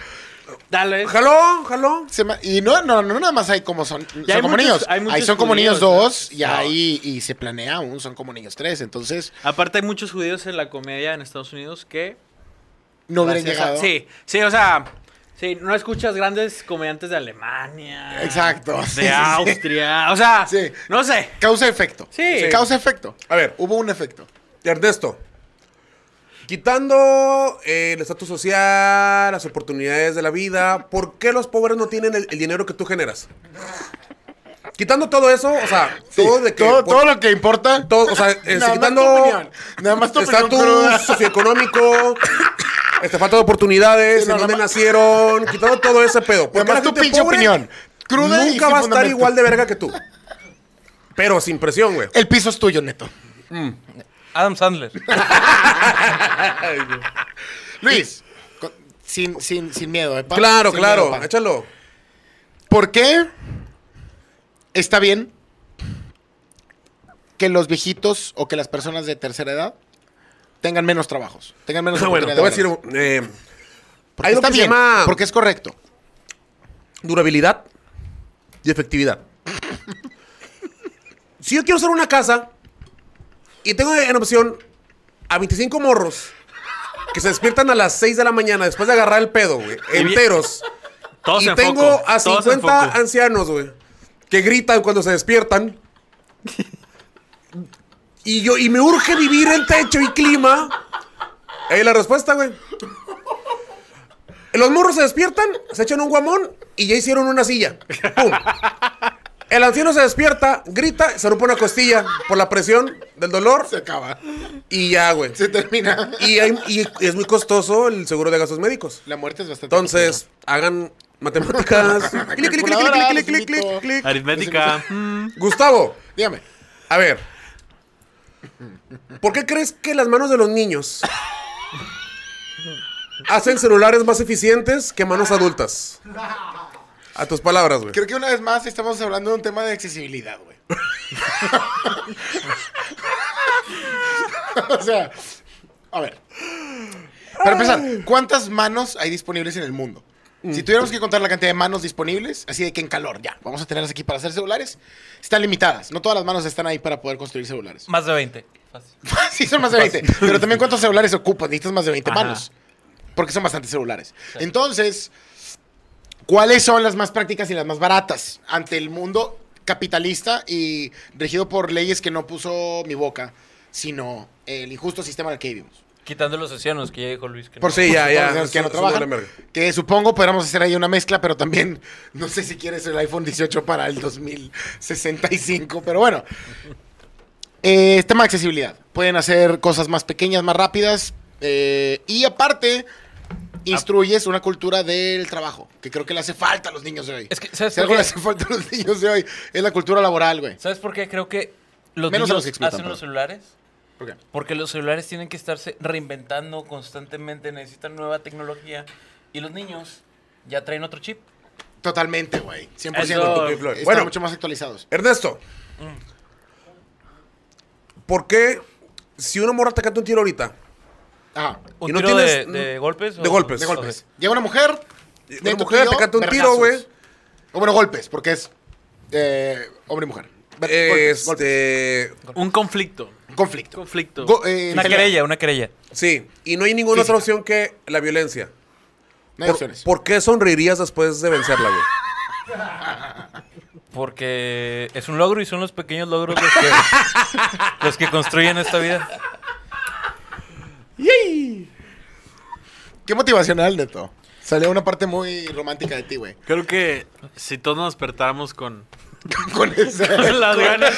S3: tal vez.
S2: Jaló, jaló.
S1: Se ma- y no, no, no, nada más hay como son, son
S3: hay
S1: como
S3: muchos-
S1: niños.
S3: hay
S1: Ahí
S3: muchos
S1: son como niños
S3: judíos,
S1: dos y
S3: ¿no?
S1: ahí y se planea un son como niños tres. Entonces,
S3: Aparte, hay muchos judíos en la comedia en Estados Unidos que.
S1: no hubieran
S3: gracias a-
S1: llegado.
S3: sí, sí, o sea. Sí, no escuchas grandes comediantes de Alemania.
S1: Exacto,
S3: De
S1: sí, sí, sí.
S3: Austria. O sea,
S1: Sí.
S3: no sé.
S1: Causa-efecto.
S3: Sí. Sí.
S1: Causa-efecto.
S2: A ver.
S1: Hubo un efecto.
S2: Ernesto. Quitando eh, el estatus social, las oportunidades de la vida, ¿por qué los pobres no tienen el, el dinero que tú generas? Quitando todo eso, o sea, todo de que
S1: todo,
S2: por-
S1: todo lo que importa.
S2: Todo, o sea, este,
S1: Nada más
S2: quitando
S1: tu opinión. Nada más tu opinión
S2: estatus
S1: cruda.
S2: socioeconómico, este, falta de oportunidades,
S1: Sí, no,
S2: en dónde
S1: nada más-
S2: nacieron, quitando todo ese pedo. Porque
S1: Nada más tu
S2: la gente
S1: pinche
S2: pobre
S1: opinión. Cruda y
S2: nunca
S1: sin
S2: va a estar
S1: fundamento.
S2: igual de verga que tú. Pero sin presión, güey.
S1: El piso es tuyo, Neto.
S4: Adam Sandler.
S1: Luis, con- sin, sin, sin miedo, ¿eh, pa?
S2: Claro,
S1: Sin
S2: claro.
S1: miedo, pa.
S2: Échalo.
S1: ¿Por qué está bien que los viejitos o que las personas de tercera edad tengan menos trabajos, tengan menos
S2: Bueno, te voy a
S1: oportunidades?
S2: decir. eh,
S1: Porque
S2: hay lo
S1: está
S2: que se
S1: bien,
S2: llama-
S1: porque es correcto.
S2: durabilidad y efectividad. si yo quiero hacer una casa y tengo en opción a 25 morros que se despiertan a las 6 de la mañana después de agarrar el pedo, güey,
S3: Y vi-
S2: enteros.
S3: Todos
S2: y
S3: en
S2: tengo
S3: foco,
S2: a
S3: todos en
S2: 50
S3: foco.
S2: ancianos, güey, que gritan cuando se despiertan. y yo y me urge vivir en techo y clima. Ahí la respuesta, güey. Los morros se despiertan, se echan un guamón y ya hicieron una silla. ¡Pum! El anciano se despierta, grita, se rompe una costilla por la presión del dolor
S1: Se acaba,
S2: y ya, güey.
S1: se termina.
S2: Y, hay- y es muy costoso el seguro de gastos médicos.
S1: La muerte es bastante.
S2: Entonces, hagan matemáticas. Clic, clic, clic, clic, clic, clic, clic, clic, clic.
S3: Aritmética. mm,
S2: Gustavo,
S1: compleja. Dígame.
S2: a ver. ¿Por qué crees que las manos de los niños hacen celulares más eficientes que manos adultas? A tus palabras, güey.
S1: Creo que una vez más estamos hablando de un tema de accesibilidad, güey. o sea, a ver. Para empezar, ¿cuántas manos hay disponibles en el mundo? Si tuviéramos que contar la cantidad de manos disponibles, así de que en calor, ya, vamos a tenerlas aquí para hacer celulares, están limitadas. No todas las manos están ahí para poder construir celulares.
S4: Más de 20. Fácil.
S1: sí, son más de 20. Pero también cuántos celulares ocupan. Necesitas más de 20
S3: Ajá.
S1: manos. Porque son bastantes celulares. Entonces, ¿cuáles son las más prácticas y las más baratas ante el mundo capitalista y regido por leyes que no puso mi boca, sino el injusto sistema en el que vivimos?
S4: Quitando los océanos que ya dijo Luis que no.
S1: Por
S2: Sí, ya,
S1: supuesto,
S2: ya.
S1: los que ya no
S2: Es- es
S1: trabajan,
S2: una verga.
S1: que supongo podríamos hacer ahí una mezcla, pero también no sé si quieres el iPhone 18 para el 2065, pero bueno. Eh, tema de accesibilidad. Pueden hacer cosas más pequeñas, más rápidas. eh, y aparte, instruyes una cultura del trabajo, que creo que le hace falta a los niños de hoy.
S4: Es que, ¿sabes
S1: si
S4: por
S1: algo le
S4: qué?
S1: hace falta a los niños de hoy, es la cultura laboral, güey.
S4: ¿Sabes por qué? Creo que los
S1: Menos a los
S4: niños
S1: que explotan,
S4: hacen los
S1: pero-
S4: celulares.
S1: ¿Por qué?
S4: Porque los celulares tienen que estarse reinventando constantemente, necesitan nueva tecnología. Y los niños ya traen otro chip.
S1: Totalmente, güey. 100%.
S4: Eso-
S1: Están
S2: Bueno.
S1: mucho más actualizados.
S2: Ernesto. ¿Por qué si una morra te canta un tiro ahorita?
S1: Ajá.
S4: ¿Un
S2: ¿Y no
S4: tiro
S2: tienes-
S4: de, de golpes?
S2: de golpes.
S1: De golpes. Llega una mujer.
S2: Una
S1: de tu
S2: mujer
S1: tío,
S2: te canta un tiro,
S1: vergazos.
S2: güey.
S1: O bueno, golpes, porque es eh, hombre y mujer. Ver- golpes, golpes.
S2: Este,
S3: un conflicto.
S1: Conflicto.
S3: Conflicto.
S1: Go- eh,
S4: Una
S1: pelea.
S4: querella, una querella.
S2: sí, y no hay ninguna
S1: Física.
S2: otra opción que la violencia.
S1: No hay
S2: ¿Por-
S1: opciones.
S2: ¿Por qué sonreirías después de vencerla, güey?
S4: Porque es un logro y son los pequeños logros los que, los que construyen esta vida.
S1: Qué motivacional, Neto. Salió una parte muy romántica de ti, güey.
S3: Creo que si todos nos despertáramos con
S1: Con esa.
S3: las ganas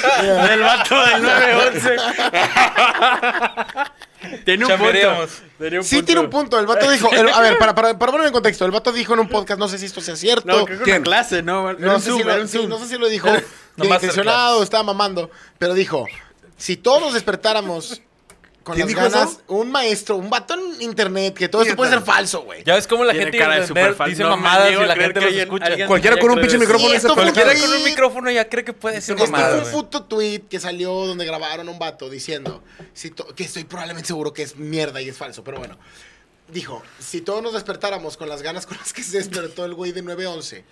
S3: del vato del 911. tiene un punto.
S4: Chambearíamos.
S3: Tenía un
S1: Sí,
S3: punto.
S1: tiene un punto. El vato dijo. el- a ver, para, para, para ponerlo en contexto, el vato dijo en un podcast, no sé si esto sea cierto.
S3: No, creo que
S2: ¿Quién?
S3: una clase, ¿no? Era
S1: No
S3: un
S1: sé,
S3: Zoom,
S1: si
S3: era
S1: lo,
S3: un
S1: sí,
S3: Zoom.
S1: no sé si lo dijo
S4: No,
S1: bien
S4: masterclass.
S1: intencionado, estaba mamando, pero dijo, si todos nos despertáramos con
S2: ¿Quién
S1: las
S2: dijo eso?
S1: ganas, un maestro, un vato en internet, que todo esto puede ser falso, güey.
S4: Ya ves cómo la
S3: Tiene
S4: gente
S3: cara de
S4: en internet
S3: superfan.
S4: dice
S3: No me
S4: mamadas
S3: niego
S4: y
S3: a
S4: la
S3: creer
S4: gente
S3: que
S4: los
S3: alguien-
S4: escucha.
S3: alguien-
S2: Cualquiera
S3: ya
S2: con un
S3: creo
S2: pinche
S3: que-
S2: micrófono
S1: Sí,
S2: dice
S1: esto fue
S2: cualquiera.
S4: Cualquiera con un micrófono ya cree que puede decir
S1: Este fue
S4: mamadas.
S1: un
S4: güey.
S1: puto tweet que salió donde grabaron a un vato diciendo, si to- que estoy probablemente seguro que es mierda y es falso, pero bueno. Dijo, si todos nos despertáramos con las ganas con las que se despertó el güey de 911,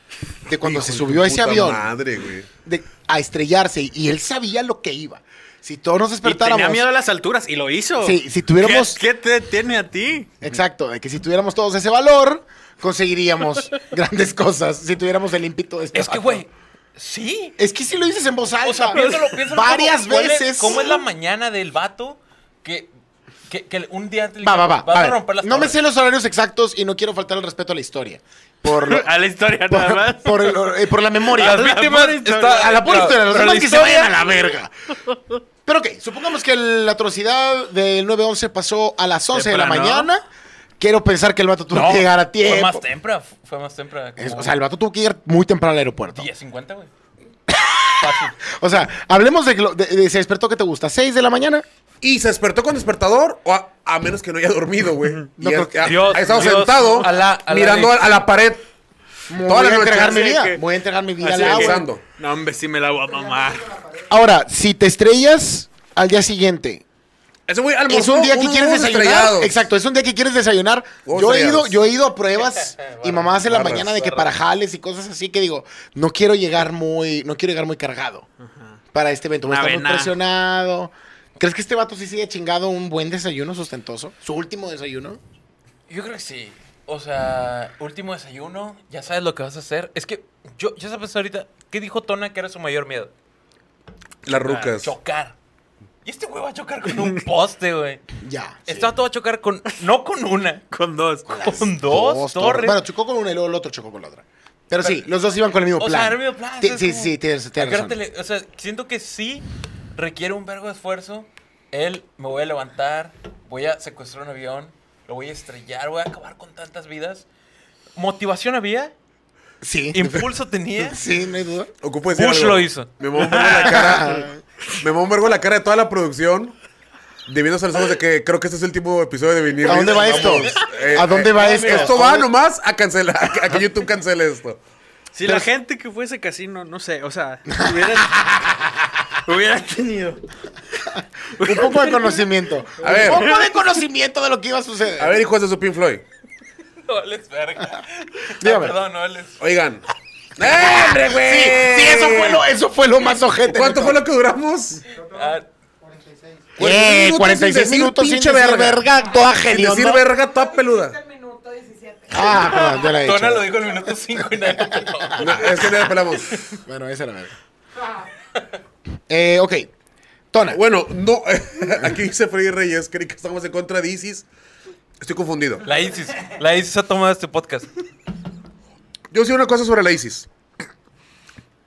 S1: de cuando se subió a ese
S2: Puta
S1: avión,
S2: Madre, güey.
S1: de- a estrellarse, y él sabía lo que iba. Si todos nos
S3: Y
S1: despertáramos...
S3: tenía miedo a las alturas y lo hizo.
S1: Sí, si tuviéramos-
S3: ¿Qué, qué te tiene a ti?
S1: Exacto, de que si tuviéramos todos ese valor, conseguiríamos grandes cosas. Si tuviéramos el ímpetu de este
S4: Es que,
S1: vato.
S4: güey, sí.
S1: Es que si lo dices en voz alta.
S4: O sea, piénsalo, piénsalo.
S1: Varias
S4: cómo- cuál es-
S1: veces.
S4: ¿Cómo es la mañana del vato que, que, que un día antes le
S1: Va, va,
S4: dijeron,
S1: va.
S4: Vas
S1: a
S4: a,
S1: ver,
S4: romper las
S1: no me
S4: torres"?
S1: sé los horarios exactos y no quiero faltar el respeto a la historia. Por, lo-
S3: A la historia nada más.
S1: por, por el- eh, por la memoria.
S3: Las víctimas
S1: a la pura
S4: Pero-
S1: historia. Los
S4: pero
S1: demás
S4: la
S1: que se vayan a la verga. Pero ok, supongamos que la atrocidad del 9-11 pasó a las 11 de la
S3: Temprano.
S1: mañana. Quiero pensar que el vato tuvo
S4: No,
S1: que llegar a tiempo.
S4: Fue más temprano. Fue más temprano.
S1: Es- o sea, el vato tuvo que ir muy temprano al aeropuerto.
S4: 10.50, güey. Fácil.
S1: O sea, hablemos de, que lo- de- de- se despertó que te gusta, 6 de la mañana
S2: Y se despertó con despertador, o a, a menos que no haya dormido, güey.
S1: No
S2: Y
S1: creo
S2: es-
S1: que-
S2: ha-
S3: Dios,
S2: ha estado
S3: Dios,
S2: sentado,
S4: Alá, Alá,
S2: mirando a,
S4: Dios.
S2: a la pared, toda
S1: voy
S2: la
S1: a
S2: noche.
S1: entregar mi
S2: así
S1: vida.
S2: que-
S1: Voy a entregar mi vida
S3: Así
S1: al
S3: de que-
S1: agua.
S2: pensando.
S3: No, hombre, sí me la voy a mamar.
S1: Ahora, si te estrellas al día siguiente,
S2: Ese güey almorzó
S1: es un día que
S2: unos
S1: quieres
S2: huevos
S1: desayunar.
S2: estrellados.
S1: Exacto, es un día que quieres desayunar.
S2: Huevos
S1: Yo he, ido,
S2: estrellados.
S1: yo he ido a pruebas y mamá hace la
S2: barras,
S1: mañana de que para
S4: barras.
S1: jales y cosas así que digo, no quiero llegar muy, no quiero llegar muy cargado para este evento. Voy a
S3: Una
S1: estar muy
S3: avena.
S1: presionado. ¿Crees que este vato sí sigue chingado un buen desayuno sustentoso? ¿Su último desayuno?
S4: Yo creo que sí. O sea, último desayuno, ya sabes lo que vas a hacer. Es que yo, ya sabes ahorita, ¿qué dijo Tona que era su mayor miedo? Ah,
S2: Las rucas.
S4: Chocar. Y este güey va a chocar con un poste, güey.
S1: Ya.
S4: Estaba todo a chocar con, no con una,
S3: Con dos.
S4: con dos, torres.
S1: Bueno, chocó con una y luego el otro chocó con la otra. Pero sí, los dos iban con el mismo
S4: o
S1: plan.
S4: sea, era medio plan.
S1: Ti-
S4: ¿sabes
S1: Sí,
S4: cómo?
S1: sí, tienes, tienes razón.
S4: Acuérdate, le- o sea, siento que sí requiere un vergo de esfuerzo. Él, me voy a levantar, voy a secuestrar un avión, lo voy a estrellar, voy a acabar con tantas vidas. Motivación había,
S1: Sí.
S4: impulso tenía.
S1: Sí, no hay duda.
S2: Ocupo decir
S4: Bush
S2: algo.
S4: lo hizo.
S2: Me mamó un vergo la cara. me mamó un vergo la cara de toda la producción. Debiéndose a los ojos de que creo que este es el último episodio de venir.
S1: ¿A dónde va esto? ¿A dónde va esto?
S2: Eh, Esto va nomás a cancelar, a que YouTube cancele esto.
S3: Si
S1: Pero-
S3: la gente que fue a ese casino, no sé, o sea, hubiera, hubiera tenido.
S1: Un poco de conocimiento.
S2: A ver.
S1: Un poco de conocimiento de lo que iba a suceder.
S2: A ver, hijos de su Pink Floyd.
S4: No les verga.
S1: Dígame.
S4: Ah, perdón, no les.
S2: Oigan. ¡Eh, hombre, güey!
S1: Sí, sí, eso fue lo, eso fue lo más ojete.
S2: ¿Cuánto fue lo que duramos?
S4: Ah,
S5: 46.
S1: Eh,
S2: 46
S1: 46 minutos sin decir verga, toda
S2: Sin
S1: genio.
S2: decir verga, toda
S6: Hasta
S2: Ah, peluda.
S6: el minuto 17.
S1: Ah, perdón, yo la he
S4: Tona
S1: hecho.
S4: lo dijo en el minuto 5 y nadie lo peló.
S2: No, es que no la pelamos.
S1: Bueno, esa era verga. Eh, ok. Tona.
S2: Bueno, no. Aquí dice Freddy Reyes. Creí que estamos en contra de ISIS. Estoy confundido.
S4: La ISIS, la ISIS ha tomado este podcast.
S2: Yo sé una cosa sobre la ISIS.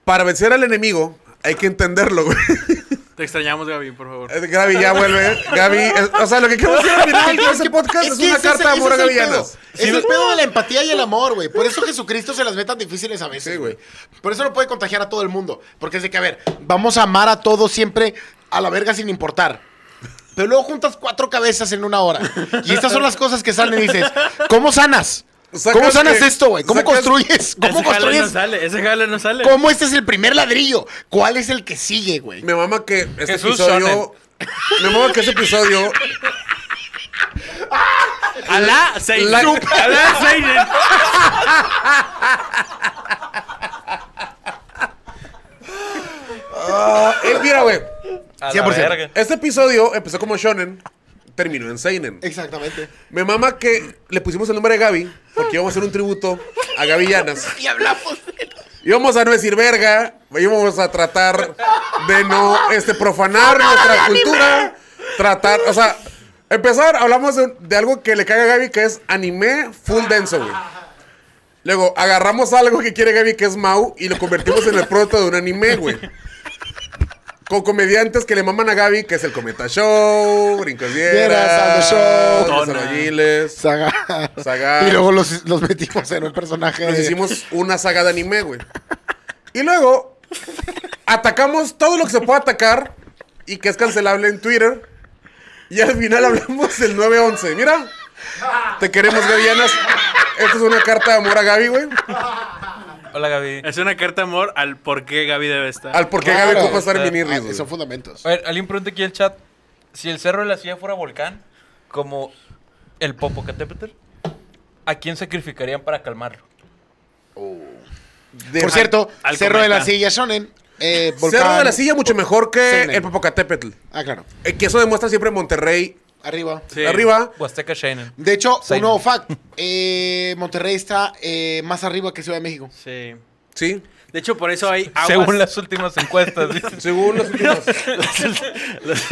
S2: Para vencer al enemigo, hay que entenderlo, güey.
S3: Te extrañamos, Gaby, por favor.
S2: Eh, Gaby ya vuelve. Gaby, eh, o sea, lo que queremos decir al final de este podcast es,
S1: que
S2: una
S1: ese
S2: carta de
S1: ese
S2: amor a
S1: es el
S2: Gavianas.
S1: pedo. Es el pedo de la empatía y el amor, güey. Por eso Jesucristo se las ve tan difíciles a veces,
S2: Sí,
S1: güey.
S2: güey.
S1: Por eso no puede contagiar a todo el mundo. Porque es de que, a ver, vamos a amar a todos siempre a la verga sin importar. Pero luego juntas cuatro cabezas en una hora. Y estas son las cosas que salen y dices, ¿cómo sanas?
S2: Sacas
S1: ¿Cómo sanas
S2: que-
S1: esto, güey? ¿Cómo
S2: sacas-
S1: construyes? ¿Cómo
S3: ese jale no
S1: construyes?
S3: sale, ese jale no sale.
S1: ¿Cómo este es el primer ladrillo? ¿Cuál es el que sigue, güey?
S2: Me mama que este
S4: Jesús
S2: episodio. Me mama que este episodio.
S3: Alá, Seinen.
S2: La-
S3: Alá, Seinen.
S2: Eh, mira, güey.
S4: A la
S1: 100%.
S4: verga.
S2: Este episodio empezó como Shonen, terminó en Seinen.
S1: Exactamente.
S2: Me mama que le pusimos el nombre de Gaby, porque íbamos a hacer un tributo a Gaby Llanas.
S1: Y hablamos de...
S2: Íbamos a no decir verga, íbamos a tratar de no este, profanar nuestra cultura, tratar, o sea, empezar, hablamos de, de algo que le caga a Gaby, que es anime full denso, güey. Luego, agarramos algo que quiere Gaby, que es Mau, y lo convertimos en el producto de un anime, güey. Con comediantes que le maman a Gaby, que es el Cometa Show, Brincos
S1: Dieras, Saldo
S2: Dieras,
S1: Show,
S2: Los
S3: Tona.
S2: Albañiles.
S1: Saga.
S2: Saga.
S1: Y luego los, los metimos en un personaje.
S2: Nos
S1: de-
S2: hicimos una saga de anime, güey. Y luego atacamos todo lo que se puede atacar y que es cancelable en Twitter. Y al final hablamos del 911. Mira, te queremos, Gavianas. Esta es una carta de amor a Gaby, güey.
S4: Hola, Gaby.
S3: Es una carta de amor al por qué Gaby debe estar.
S2: Al por qué
S1: Claro.
S2: Gaby ocupa estar en
S1: Ah,
S2: Minirris, güey.
S1: son fundamentos.
S4: A ver, alguien pregunta aquí en el chat si el cerro de la silla fuera volcán, como el Popocatépetl, ¿a quién sacrificarían para calmarlo?
S2: De-
S1: Por cierto,
S3: al
S1: Cerro de la
S3: cometa.
S1: Silla Shonen. eh,
S2: Cerro
S1: volcán-
S2: de la Silla mucho mejor que
S1: Senen.
S2: el Popocatépetl.
S1: Ah, claro.
S2: Eh, que eso demuestra siempre Monterrey
S1: Arriba.
S3: Sí.
S2: arriba.
S4: Huasteca Shainen.
S1: De hecho,
S4: Seinen.
S1: un nuevo fact. eh, Monterrey está eh, más arriba que Ciudad de México.
S3: Sí.
S2: Sí.
S3: De hecho, por eso hay aguas.
S4: Según las últimas encuestas. dice.
S2: Según los últimos.
S3: los, los-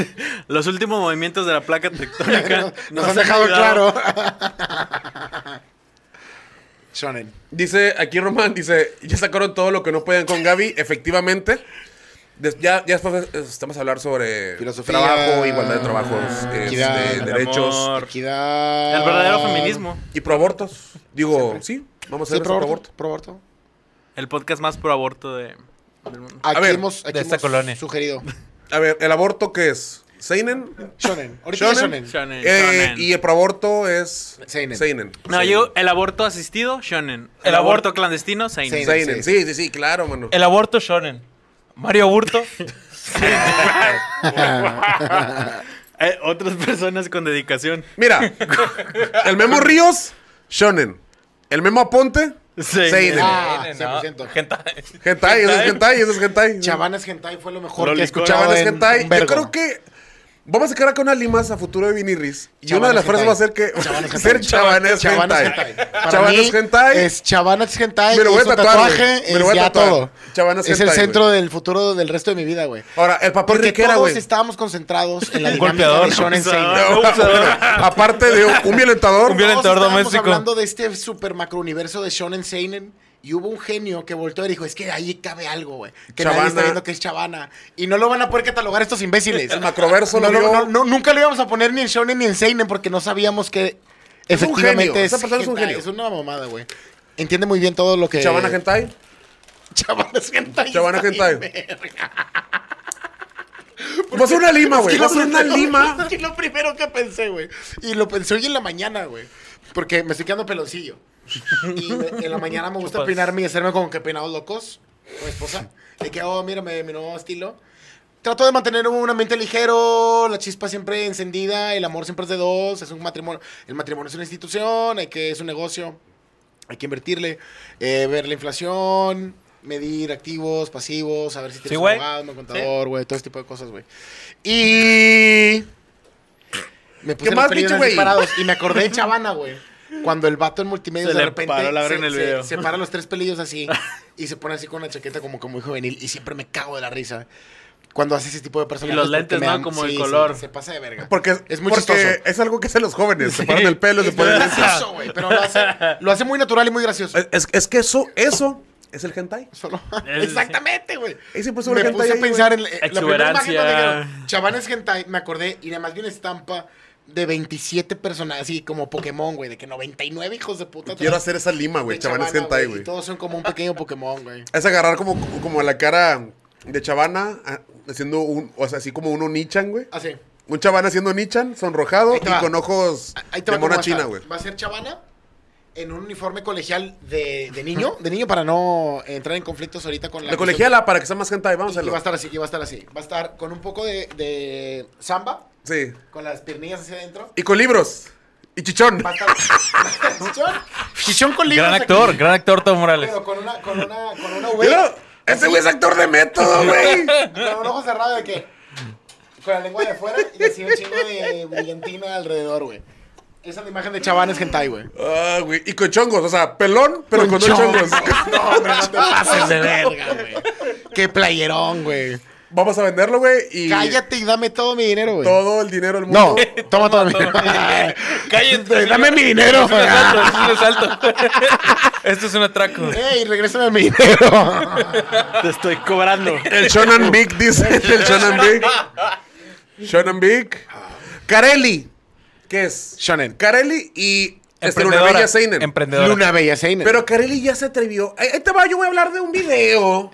S3: los últimos movimientos de la placa tectónica
S1: Nos, han dejado
S3: ayudado.
S1: claro. Shonen.
S2: Dice aquí Román, dice, ya sacaron todo lo que no pueden con Gaby, efectivamente. Des- ya, ya después eh, estamos a hablar sobre
S1: Filosofía,
S2: trabajo, igualdad de trabajos, este,
S1: equidad, el
S2: derechos
S3: amor.
S1: Equidad.
S3: El verdadero feminismo.
S2: y proabortos. Digo, sí, vamos a
S1: Sí,
S2: hacer
S1: pro
S2: pro
S1: aborto.
S2: proaborto.
S1: pro aborto.
S3: El podcast más pro aborto de, del mundo.
S1: Aquí
S2: ver,
S1: hemos, aquí
S4: de esta
S1: hemos
S4: colonia.
S1: sugerido.
S2: A ver, ¿el aborto qué es? Seinen.
S1: Shonen. Ahorita es
S2: Shonen.
S1: Shonen.
S3: Shonen.
S2: Eh,
S3: shonen.
S2: y el aborto es.
S1: Seinen.
S2: Seinen.
S3: No,
S2: Seinen.
S3: yo, el aborto asistido, shonen. El,
S4: El
S3: aborto
S4: abor-
S3: clandestino, seinen.
S1: Seinen.
S2: Seinen. Sí, sí, sí, claro, mano.
S4: El aborto shonen. Mario Burto.
S3: Eh, otras personas con dedicación.
S2: Mira, el Memo Ríos, Shonen. El Memo Aponte,
S3: Seinen.
S2: Seinen.
S1: Ah,
S4: N,
S1: 100%.
S4: Hentai.
S2: Hentai, eso es hentai, eso es hentai.
S1: Chavanes Hentai fue lo mejor
S3: Lolicón.
S1: que he escuchado.
S2: Chavanes
S1: en
S2: hentai.
S1: un
S2: Yo
S1: vergo.
S2: creo que vamos a sacar acá unas limas a futuro de Viniris. Y
S1: Chavanes
S2: una de las frases
S1: hentai.
S2: va a ser que
S1: Chavanes
S2: ser
S1: hentai.
S2: chavanes
S1: Chavanes
S2: hentai.
S1: Hentai. Para
S2: Chavanes
S1: mí
S2: hentai.
S1: Es Chavanes Hentai.
S2: Me lo voy a
S1: es un
S2: tatuar, güey.
S1: tatuaje.
S2: Me lo voy
S1: es
S2: a
S1: ya
S2: tatuar.
S1: todo.
S2: Chavanes
S1: es el
S2: hentai,
S1: centro
S2: güey.
S1: del futuro del resto de mi vida, güey.
S2: Ahora, el papel
S1: Porque
S2: riquera,
S1: todos
S2: güey.
S1: estábamos concentrados en la
S3: Un
S1: dinámica
S3: golpeador,
S1: de Shonen
S3: un abusador.
S1: Seinen.
S2: No, bueno, aparte de un- un violentador.
S4: Un viol- violador
S1: Todos estábamos
S4: doméstico.
S1: hablando de este super macro universo de Shonen Seinen y hubo un genio que volteó y dijo, es que ahí cabe algo, güey. Que nadie
S2: Chavana.
S1: está viendo que es chavana. Y no lo van a poder catalogar estos imbéciles.
S2: El macroverso
S1: no,
S2: lo
S1: no,
S2: vio.
S1: no, no, Nunca lo íbamos a poner ni en Shonen ni en Seinen porque no sabíamos que
S2: un
S1: efectivamente
S2: genio,
S1: es,
S2: esa persona es un
S1: hentai,
S2: genio.
S1: es una mamada, güey. Entiende muy bien todo lo que...
S2: Chavana hentai.
S1: Chavana hentai.
S2: Chavana
S1: está bien,
S2: hentai.
S1: verga.
S2: Vamos a hacer una lima, güey.
S1: Es que lo
S2: Vamos a hacer una
S1: primero-
S2: lima.
S1: es que lo primero que pensé, güey. Y lo pensé hoy en la mañana, güey. Porque me estoy quedando peloncillo. Y me- en la mañana me gusta
S4: Chupas.
S1: peinarme y hacerme como que peinados locos. Con mi esposa. De que, oh, mírame, mi nuevo estilo. Trato de mantener un ambiente ligero, la chispa siempre encendida, el amor siempre es de dos, es un matrimonio, el matrimonio es una institución, hay que, es un negocio, hay que invertirle, eh, ver la inflación, medir activos, pasivos, saber si tienes un
S4: güey.
S1: abogado, un contador, güey, todo ese tipo de cosas, güey. Y. Me puse
S2: ¿Qué
S1: ¿Qué
S2: más,
S1: más,
S2: pinche güey?
S1: parados y me acordé de Chavana, güey. Cuando el vato en multimedia
S3: Se
S1: de
S3: le
S1: repente
S3: paró la
S1: se,
S3: verga en el
S1: se-
S3: video.
S1: se para los tres pelillos así y se pone así con una chaqueta como que muy juvenil y siempre me cago de la risa cuando hace ese tipo de personajes.
S3: Y los
S1: porque
S3: lentes,
S1: me
S3: ¿no?
S1: dan-
S3: Como el color.
S1: se pasa de verga.
S2: Porque,
S1: es muy
S2: porque
S1: chistoso.
S2: es algo que hacen los jóvenes. Se paran el pelo, se
S1: Es muy
S2: ponen...
S1: gracioso, güey, pero lo hace, lo hace muy natural y muy gracioso.
S2: Es, es que eso, eso es el hentai.
S1: Solo-
S3: Es-
S1: Exactamente, güey.
S2: Ahí se puso
S1: Me
S2: el hentai
S1: puse a
S2: ahí, güey.
S1: pensar en la- la primera imagen
S3: Exuberancia.
S1: donde dijeron, chavanes hentai, me acordé y nada más vi una estampa de 27 personas, así como Pokémon, güey, de que 99 hijos de puta.
S2: Quiero
S1: atrás
S2: hacer esa lima,
S1: de
S2: güey. Chavana es
S1: chavana,
S2: hentai,
S1: Y
S2: güey.
S1: todos son como un pequeño Pokémon, güey.
S2: Es agarrar como, como la cara de Chavana ah, haciendo un... O sea, así como uno Nichan, güey.
S1: Así.
S2: Un Chavana haciendo Nichan, sonrojado
S1: Ahí
S2: y
S1: te va.
S2: con ojos
S1: Ahí te
S2: de
S1: va cómo
S2: mona
S1: va a
S2: china,
S1: estar.
S2: güey.
S1: Va a ser chavana en un uniforme colegial de, de niño, de niño para no entrar en conflictos ahorita con la...
S2: La colegiala para que sea más hentai. Vamos a
S1: Y va a
S2: hacerlo.
S1: estar así, y va a estar así. Va a estar con un poco de, de samba,
S2: Sí.
S1: con las piernillas hacia adentro.
S2: Y con libros. Y chichón.
S1: Va a estar... Chichón. Chichón con libros
S4: Gran
S1: aquí.
S4: actor, gran actor Tom Morales.
S1: Pero con una, con una, con una
S2: Mira,
S1: V,
S2: ese güey es actor de método, güey.
S1: con un ojo cerrado de que, con la lengua de afuera y así un chingo de brillantina alrededor, güey. Esa es la imagen de chavanes hentai, güey.
S2: Ah, güey. Y con chongos, o sea, pelón, pero con, dos
S1: chongos.
S2: chongos.
S1: No, hombre, no te pases de verga, güey. Qué playerón, güey.
S2: Vamos a venderlo, güey. Y
S1: Cállate y dame todo mi dinero, güey.
S2: todo el dinero del
S1: No,
S2: mundo.
S1: toma todo mi dinero.
S4: Cállate.
S1: Dame mi dinero,
S4: Eso
S1: güey.
S4: es un asalto, eso es un asalto. Esto es un atraco.
S1: Ey, regrésame mi dinero.
S3: Te estoy cobrando.
S2: El Shonan Big dice. El Shonan Big. Shonan Big. Carelli. ¿Qué es?
S1: Shonen.
S2: Carelli y este, Luna
S4: Emprendedora.
S2: Bella Seinen.
S4: Emprendedora.
S1: Luna Bella Seinen.
S2: Pero Carelli ya se atrevió. Ahí ahí te va, yo voy a hablar de un video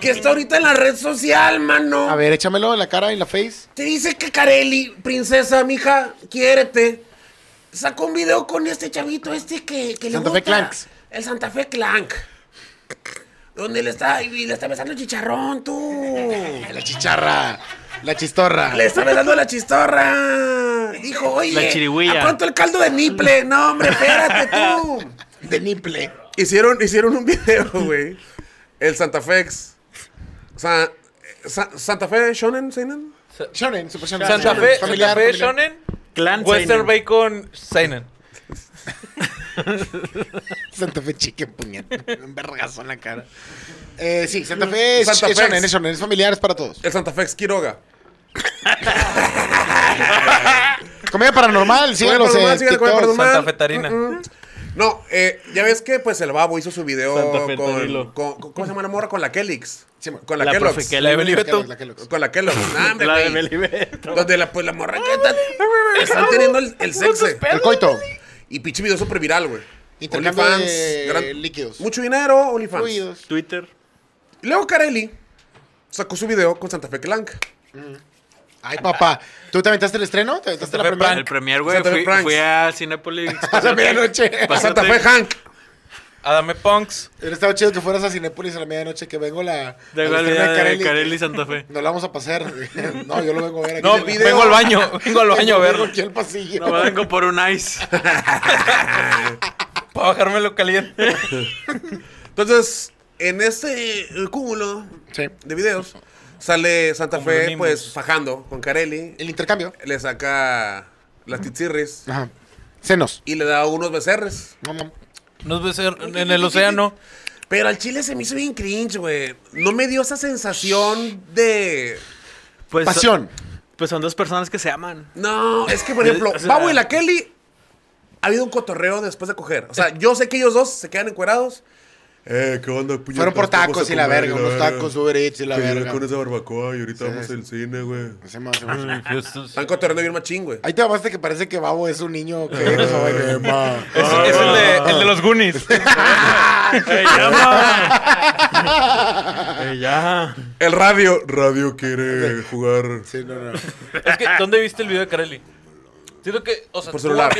S2: que está ahorita en la red social, mano.
S1: A ver, échamelo en la cara y en la face.
S2: Te dice que Carelli, princesa, mija, quiérete. Sacó un video con este chavito, este que, que le
S1: Santa Fe
S2: gusta.
S1: Clanks.
S2: El Santa Fe Clank. Donde le está, y le está besando el chicharrón, tú.
S1: La chicharra. La chistorra.
S2: Le está besando la chistorra. Dijo, oye,
S3: La chirigüilla.
S2: ¿a cuánto el caldo de niple? No, hombre, espérate tú.
S1: De niple.
S2: Hicieron, hicieron un video, güey. El Santa Fex. Sa- Sa- Santa Fe Shonen, Seinen.
S1: Shonen, super Shonen.
S4: Santa Fe,
S1: Familiar,
S4: Santa Fe
S1: familiar.
S4: Shonen.
S3: Clan
S4: Western
S3: seinen.
S4: Bacon Seinen.
S1: Santa Fe chique puñet. Un vergazo en la cara. Eh, sí, Santa Fe es,
S2: Santa
S1: es
S2: Fe.
S1: Shonen, es Shonen, es familiar, es para todos.
S4: Eh,
S2: El Santa Fex Quiroga.
S1: Comedia paranormal, síganos
S2: paranormal,
S1: en
S2: sigan el Comedia
S1: TikTok.
S2: Paranormal.
S4: Santa Fetarina.
S2: mm. No, eh, ya ves que pues el babo hizo su video
S3: Santa Fe,
S2: con,
S3: Tarilo.
S2: con- con- ¿Cómo se llama la morra? Con la Kelix.
S1: Sí, mo-
S2: con la,
S3: La
S2: Kellogg's.
S3: profe Kelly.
S4: La de Belibeto.
S1: La Kellogg's.
S2: Con la Kellogg's. Nah, hombre,
S3: La de
S2: güey.
S3: Belibeto.
S2: Donde la, pues, la morra que está- están teniendo el, el sexe.
S1: El coito.
S2: Y pinche video súper viral, güey.
S1: Intercambio
S2: OnlyFans,
S1: de
S2: gran-
S1: líquidos.
S2: Mucho dinero, OnlyFans.
S1: Fluidos.
S3: Twitter.
S2: Y Luego Carelli sacó su video con Santa Fe Clank.
S1: Ay, papá. ¿Tú te aventaste el estreno? ¿Te aventaste
S4: Se
S1: la
S4: fue
S1: primera?
S3: El premier, güey.
S2: Santa Fe
S3: Fui,
S2: Franks. Este,
S3: fui a Cinépolis.
S1: A la medianoche.
S2: A
S3: Pas-
S2: Santa Fe, Hank.
S4: Adame Punks.
S1: Hubiera estado chido que fueras a Cinépolis a la medianoche, que vengo la...
S3: De
S1: al
S3: igual
S1: estreno
S3: vida de
S1: Carelli.
S3: Carelli Santa Fe.
S1: No la vamos a pasar. No, yo lo vengo a ver aquí.
S4: No,
S1: en el video.
S4: vengo al baño. Vengo al baño a
S1: Vengo
S4: verlo.
S1: Aquí al pasillo.
S3: No vengo por un ice.
S4: Para bajármelo caliente.
S2: Entonces, en este eh, cúmulo
S1: Sí.
S2: de videos, sale Santa
S4: Como los
S2: Fe,
S4: nimbos.
S2: pues, fajando con Carelli.
S1: El intercambio.
S2: Le saca las titzirris
S1: Ajá. Senos.
S2: y le da unos becerres.
S1: No, no.
S4: Nos ves en el océano.
S2: Pero al chile se me hizo bien cringe, güey. No me dio esa sensación de...
S3: Pues,
S1: Pasión.
S3: Pues son dos personas que se aman.
S2: No, es que, por ejemplo,
S3: O sea-
S2: Pavo y la Kelly ha habido un cotorreo después de coger. O sea, yo sé que ellos dos se quedan encuerados. Eh, ¿qué onda, puñetas?
S1: Fueron por
S2: Vamos a
S1: tacos y la
S2: comer,
S1: verga. Unos tacos, Uber Eats y la
S2: Que llegué
S1: verga.
S2: con esa barbacoa y ahorita
S1: Sí,
S2: vamos
S1: sí.
S2: al cine, güey.
S1: Se me hace mucho.
S4: Pues
S2: Están cotorreando bien machín, güey.
S1: Ahí te baste que parece que Babo es un niño que
S2: Eh,
S1: eres
S4: Es, es el, de, el de los Goonies.
S3: ya.
S2: El radio. Radio quiere jugar.
S1: Sí, no, no.
S4: Es que, ¿dónde viste el video de Carelli? Siento que, o sea,
S2: Por
S4: estuvo
S2: celular. Ah,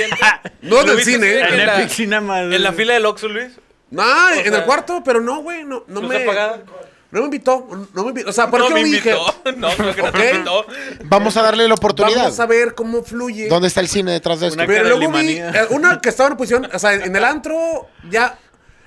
S4: ardiente.
S2: No en
S4: Lo
S2: el
S4: viste
S2: cine.
S4: En
S3: En
S4: la-
S3: Epic Cinema.
S4: En la fila del Oxxo, Luis.
S2: No, en el
S4: sea,
S2: cuarto, pero no, güey. No, no
S4: luz
S2: me.
S4: apagada.
S2: No me invitó. No me invitó. O sea, ¿por
S4: no
S2: qué
S4: me
S2: me dije?
S4: invitó. No, creo que no
S2: Ok.
S4: me invitó.
S1: Vamos a darle la oportunidad.
S2: Vamos a ver cómo fluye.
S1: ¿Dónde está el cine detrás de esto?
S3: Una-
S2: Pero
S3: Cara de
S2: luego vi
S3: limanía.
S2: eh, una que estaba en posición, o sea, en el antro ya...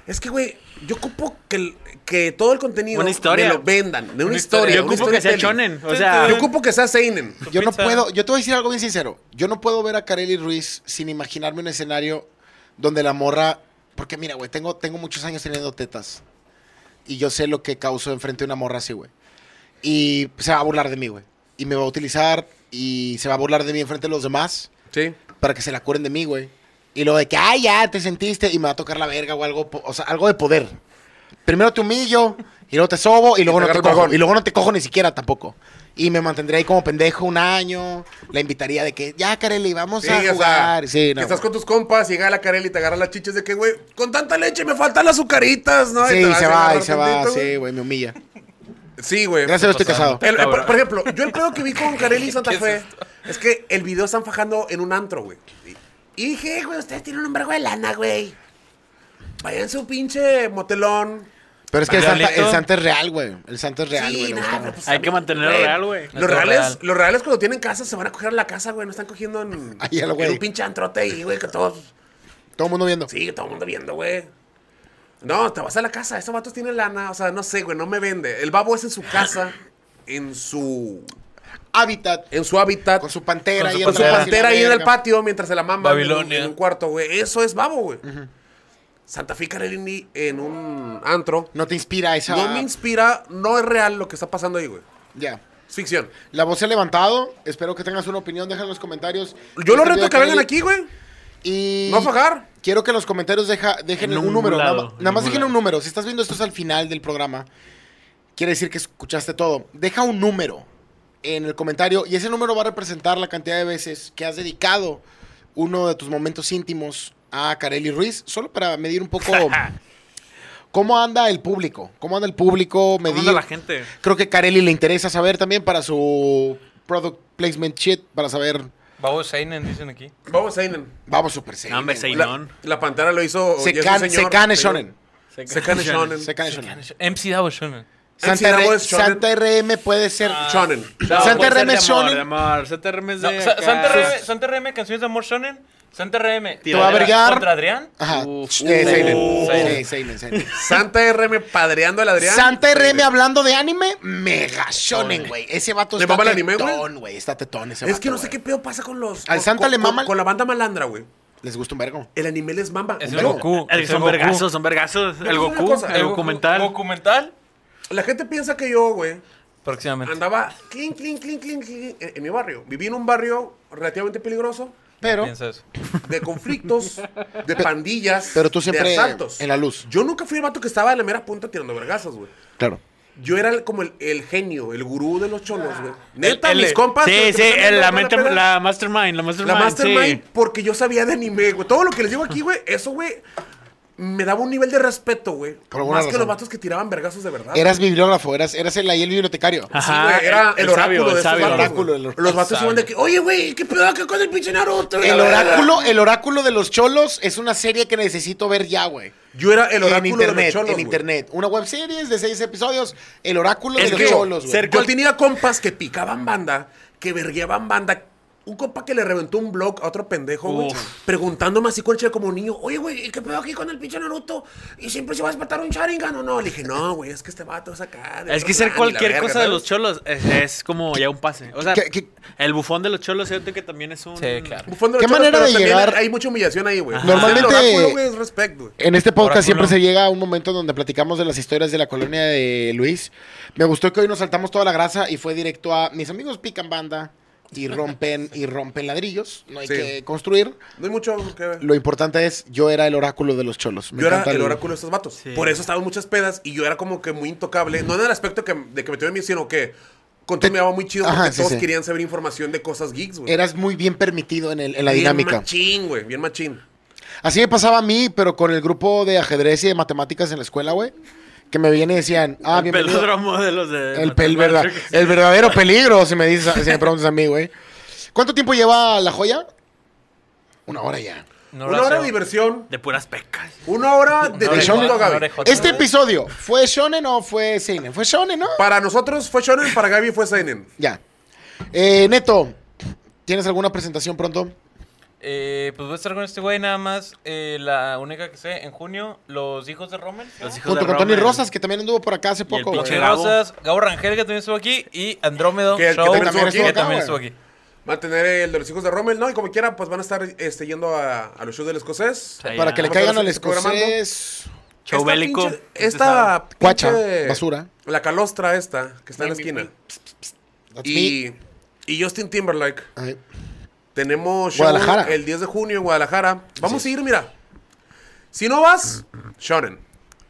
S2: Es que, güey, yo ocupo que, el- que todo el contenido
S3: Una historia.
S2: me lo vendan, de una, historia.
S3: Yo
S2: una
S3: ocupo que sea
S2: storytelling.
S3: chonen. O sea,
S2: Yo ocupo que sea seinen.
S1: Yo no
S4: pizza.
S1: puedo, yo te voy a decir algo bien sincero. Yo no puedo ver a Kareli Ruiz sin imaginarme un escenario donde la morra. Porque mira, güey, tengo, tengo muchos años teniendo tetas. Y yo sé lo que causó enfrente de una morra así, güey. Y se va a burlar de mí, güey. Y me va a utilizar y se va a burlar de mí enfrente de los demás
S2: Sí.
S1: para que se la acuerden de mí, güey. Y luego de que, ay, ya, te sentiste y me va a tocar la verga o algo, po- o sea, algo de poder. Primero te humillo y luego te sobo y luego no
S2: te
S1: te
S2: agarra el
S1: cojo.
S2: bajón.
S1: Y luego no te cojo ni siquiera tampoco. Y me mantendré ahí como pendejo un año. La invitaría de que, ya, Kareli, vamos
S2: Sí, o
S1: a
S2: sea,
S1: jugar. sí,
S2: que
S1: no,
S2: estás
S1: güey.
S2: con tus compas, llega la Carelli y te agarra las chiches de que, güey, con tanta leche me faltan las azucaritas, ¿no? Y te
S1: Sí, se va, y se va,
S2: tantito,
S1: sí, güey, me humilla.
S2: Sí, güey.
S1: Gracias, yo estoy casado.
S2: El- eh, por,
S3: Cabrón.
S2: por ejemplo, yo el pedo que vi con Carelli y Santa
S4: ¿Qué es
S2: Fe
S4: esto?
S2: es, que el video están fajando en un antro, güey. Y- Y dije, "Eh, güey, ustedes tienen un vergo de lana, güey. Vayan a su pinche motelón.
S1: Pero es que el
S4: Diablito.
S1: Santa, el Santa es real, güey. El Santa es real,
S2: Sí,
S1: güey. no
S2: nah,
S1: está-
S2: pero pues,
S3: Hay que mantenerlo
S2: güey,
S3: real, güey.
S2: Los
S4: Neta,
S2: reales,
S4: real.
S2: los reales cuando tienen casa se van a coger a la casa, güey. No están cogiendo en,
S1: Ahí al güey.
S2: en un pinche antrote ahí, güey, que todos...
S1: Todo el mundo viendo.
S2: Sí, todo el mundo viendo, güey. No, te vas a la casa. Esos vatos tienen lana. O sea, no sé, güey, no me vende. El babo es en su casa, en su...
S1: Hábitat.
S2: En su hábitat.
S1: Con su pantera
S4: Con su
S1: ahí
S2: Con su
S1: atrás y la
S2: pantera ahí en el
S1: verga.
S2: patio mientras se la mama
S4: Babilonia.
S2: En, un cuarto, güey. Eso es babo, güey. Santa Fe Carolini en un antro.
S1: No te inspira esa.
S2: No me inspira, no es real lo que está pasando ahí, güey.
S1: Ya.
S2: Es ficción.
S1: La voz se ha levantado. Espero que tengas una opinión. Deja en los comentarios.
S2: Yo lo
S1: Este
S2: reto
S1: video
S2: que vengan
S1: Kylie.
S2: aquí, güey.
S1: Y
S2: No a fajar.
S1: Quiero que en los comentarios deja, dejen
S3: En
S1: un
S3: un
S1: número.
S3: lado,
S1: nada,
S3: en
S1: nada más
S3: un
S1: dejen
S3: lado.
S1: un número. Si estás viendo esto es al final del programa, quiere decir que escuchaste todo. Deja un número en el comentario y ese número va a representar la cantidad de veces que has dedicado uno de tus momentos íntimos a Kareli Ruiz, solo para medir un poco cómo anda el público. ¿Cómo anda el público? Medir.
S3: ¿Cómo anda la gente?
S1: Creo que Carelli le interesa saber también para su product placement shit, para saber.
S4: Babo Seinen, dicen aquí.
S2: Vamos, Seinen.
S1: Vamos, Super Seinen.
S3: No, hombre,
S1: güey.
S2: La,
S3: Seinón.
S2: la pantera lo hizo.
S1: Se
S2: ya es un
S1: can-
S2: señor,
S1: se cane
S2: señor.
S1: Shonen.
S2: Se cane Shonen.
S1: Se cane Shonen.
S4: MC Dabo Shonen.
S1: Santa,
S2: Encinamo
S1: R-
S2: es shonen. Ah.
S1: Santa RM puede ser.
S2: Shonen. pues,
S1: Santa RM es
S3: Shonen.
S1: Shonen.
S3: amor. Santa RM es
S4: No,
S3: de
S4: Sa-
S3: acá.
S4: Santa RM, Santa RM, canciones de amor Shonen. Santa RM.
S3: Te va a
S4: ¿contra-
S1: vergar.
S4: ¿Contra Adrián?
S1: Ajá.
S3: Uf.
S1: Ch- eh,
S3: Uh.
S1: Seinen.
S4: Seinen.
S1: Sí, Seinen, Seinen.
S2: Santa RM padreando al Adrián.
S1: Santa RM hablando de anime, mega shonen, güey. Ese vato
S2: ¿Le
S1: está
S2: mama el anime, güey?
S1: tetón, güey. Está tetón ese
S2: Es
S1: vato,
S2: que no sé
S1: güey.
S2: qué pedo pasa con los.
S1: Al
S2: con-
S1: Santa
S2: con-
S1: le mama-
S2: Con, con la banda malandra, güey.
S1: Les gusta un vergo.
S2: El anime les mamba.
S4: Es
S2: un
S4: el
S2: vergo.
S4: Goku.
S3: El-
S4: es
S3: son
S4: Goku.
S3: vergazos, son vergazos.
S2: es
S3: El
S2: una
S3: Goku,
S2: cosa,
S3: el
S2: el
S3: documental.
S4: Documental.
S2: La gente piensa que yo, güey,
S4: Próximamente.
S2: andaba clink, clink, clink, clink, clink, en, en mi barrio. Viví en un barrio relativamente peligroso,
S1: Pero
S4: Piensa eso.
S2: de conflictos, de pandillas,
S1: pero tú siempre,
S2: de asaltos.
S1: en la luz.
S2: Yo nunca fui el vato que estaba en la mera punta tirando vergazos, güey.
S1: Claro.
S2: Yo era el- como el, el genio, el gurú de los cholos, güey. Neta,
S3: Ah. El-
S2: mis compas.
S3: Sí,
S2: los que
S3: sí,
S2: me están
S3: el- la,
S2: dando
S3: mente-
S2: peda,
S3: la Mastermind, la
S2: La
S3: Mastermind.
S2: Mastermind,
S3: sí.
S2: porque yo sabía de anime, güey. Todo lo que les digo aquí, güey, eso, güey, me daba un nivel de respeto, güey.
S1: Por alguna
S2: Más que
S1: razón.
S2: los vatos que tiraban vergazos de verdad.
S1: Eras bibliógrafo, eras, eras el, ahí el bibliotecario.
S3: Ah.
S2: Sí, güey, era el, oráculo de esos vatos,
S1: oráculo,
S2: güey.
S1: el
S2: Los vatos iban de que, oye, güey, ¿qué pedo acá con el pinche Naruto?
S1: El oráculo, el oráculo de los cholos es una serie que necesito ver ya, güey.
S2: Yo era
S1: En
S2: el oráculo de
S1: internet,
S2: los cholos,
S1: en
S2: güey.
S1: internet. Una web series de seis episodios. El oráculo
S2: Es
S1: de los
S2: que
S1: cholos, güey.
S2: Yo tenía compas que picaban banda, que vergueaban banda. Un compa que le reventó un blog a otro pendejo, güey,
S3: Uf.
S2: preguntándome así colche como niño, oye, güey, ¿y qué pedo aquí con el pinche Naruto? ¿Y siempre se va a despertar un Sharingan o no? Le dije, no, güey, es que este vato es acá. de
S3: Es
S2: otro
S3: que ser
S2: plan y Ah, la
S3: cualquier
S2: verga",
S3: cosa de
S2: ¿sabes?
S3: los cholos es, es como ya un pase. O sea,
S1: ¿Qué- qué-
S3: el bufón de los cholos, cierto que también es un.
S4: Sí, claro.
S2: Bufón de los
S1: ¿Qué
S2: cholos,
S1: manera
S2: pero
S1: de
S2: también
S1: llegar?
S2: Hay mucha humillación ahí, güey.
S1: Normalmente-
S2: El oráculo, güey, es respect, güey.
S1: En este podcast siempre
S3: Oráculo.
S1: se llega a un momento donde platicamos de las historias de la colonia de Luis. Me gustó que hoy nos saltamos toda la grasa y fue directo a mis amigos pican banda y rompen y rompen ladrillos. No hay
S2: Sí.
S1: que construir.
S2: No hay mucho que ver.
S1: Lo importante es yo era el oráculo de los cholos. Me
S2: Yo era
S1: encanta
S2: el
S1: el-
S2: oráculo de estos vatos.
S3: Sí.
S2: Por eso estaba en muchas pedas y yo era como que muy intocable. No en el aspecto que, de que me tuve miedo, sino que contumeaba muy chido porque
S1: Ajá, sí,
S2: todos
S1: sí.
S2: querían saber información de cosas geeks, güey.
S1: Eras muy bien permitido en, el- en la
S2: Bien
S1: dinámica.
S2: machín, güey. Bien machín.
S1: Así me pasaba a mí, pero con el grupo de ajedrez y de matemáticas en la escuela, güey. Que me veían y decían, ah,
S3: el
S1: bienvenido.
S3: pelódromo de los de.
S1: El, pel- verdad- el verdadero peligro, si me, dices, si me preguntas a mí, güey. ¿Cuánto tiempo lleva la joya? Una hora ya.
S4: No
S2: una
S4: lo
S2: hora
S4: sé.
S2: de diversión.
S3: De puras pecas.
S2: Una hora de
S4: Una
S1: de
S2: shonen,
S1: shonen.
S2: Gaby.
S4: Una oreja.
S1: Este episodio, ¿fue Shonen o fue Seinen? Fue Shonen, ¿no?
S2: Para nosotros fue shonen, para Gaby fue seinen.
S1: Ya. Eh, Neto, ¿tienes alguna presentación pronto?
S4: Eh, pues voy a estar con este güey nada más. eh, la única que sé, en junio, los hijos de Rommel. ¿no?
S3: Los hijos
S1: Junto
S3: de
S1: con Tony
S3: Rommel.
S1: Rosas, que también anduvo por acá hace
S3: Y el
S1: poco,
S3: pinche
S1: güey.
S3: Gabo.
S4: Rosas, Gabo Rangel, que también estuvo aquí, y Andrómedo
S2: Que- que
S4: Show,
S2: también estuvo aquí.
S4: que también estuvo
S1: güey.
S4: aquí.
S2: Van a tener el de los hijos de Rommel, ¿no? Y como quiera, pues van a estar este, yendo a, a los shows del escocés.
S3: Sí.
S1: Para que le
S2: Vamos a ver
S1: caigan
S2: si
S1: al
S2: se está programando.
S1: escocés.
S3: Show
S2: Esta
S3: bélico.
S2: pinche-
S3: este sábado.
S2: Esta.
S1: Cuacha,
S2: pinche-
S1: basura.
S2: La calostra esta, que está en la esquina.
S1: That's
S2: Y, y Justin Timberlake.
S1: me. Ay,
S2: Tenemos show
S1: Guadalajara.
S2: el 10 de junio en Guadalajara. Vamos a ir, mira. Si no vas, Shonen.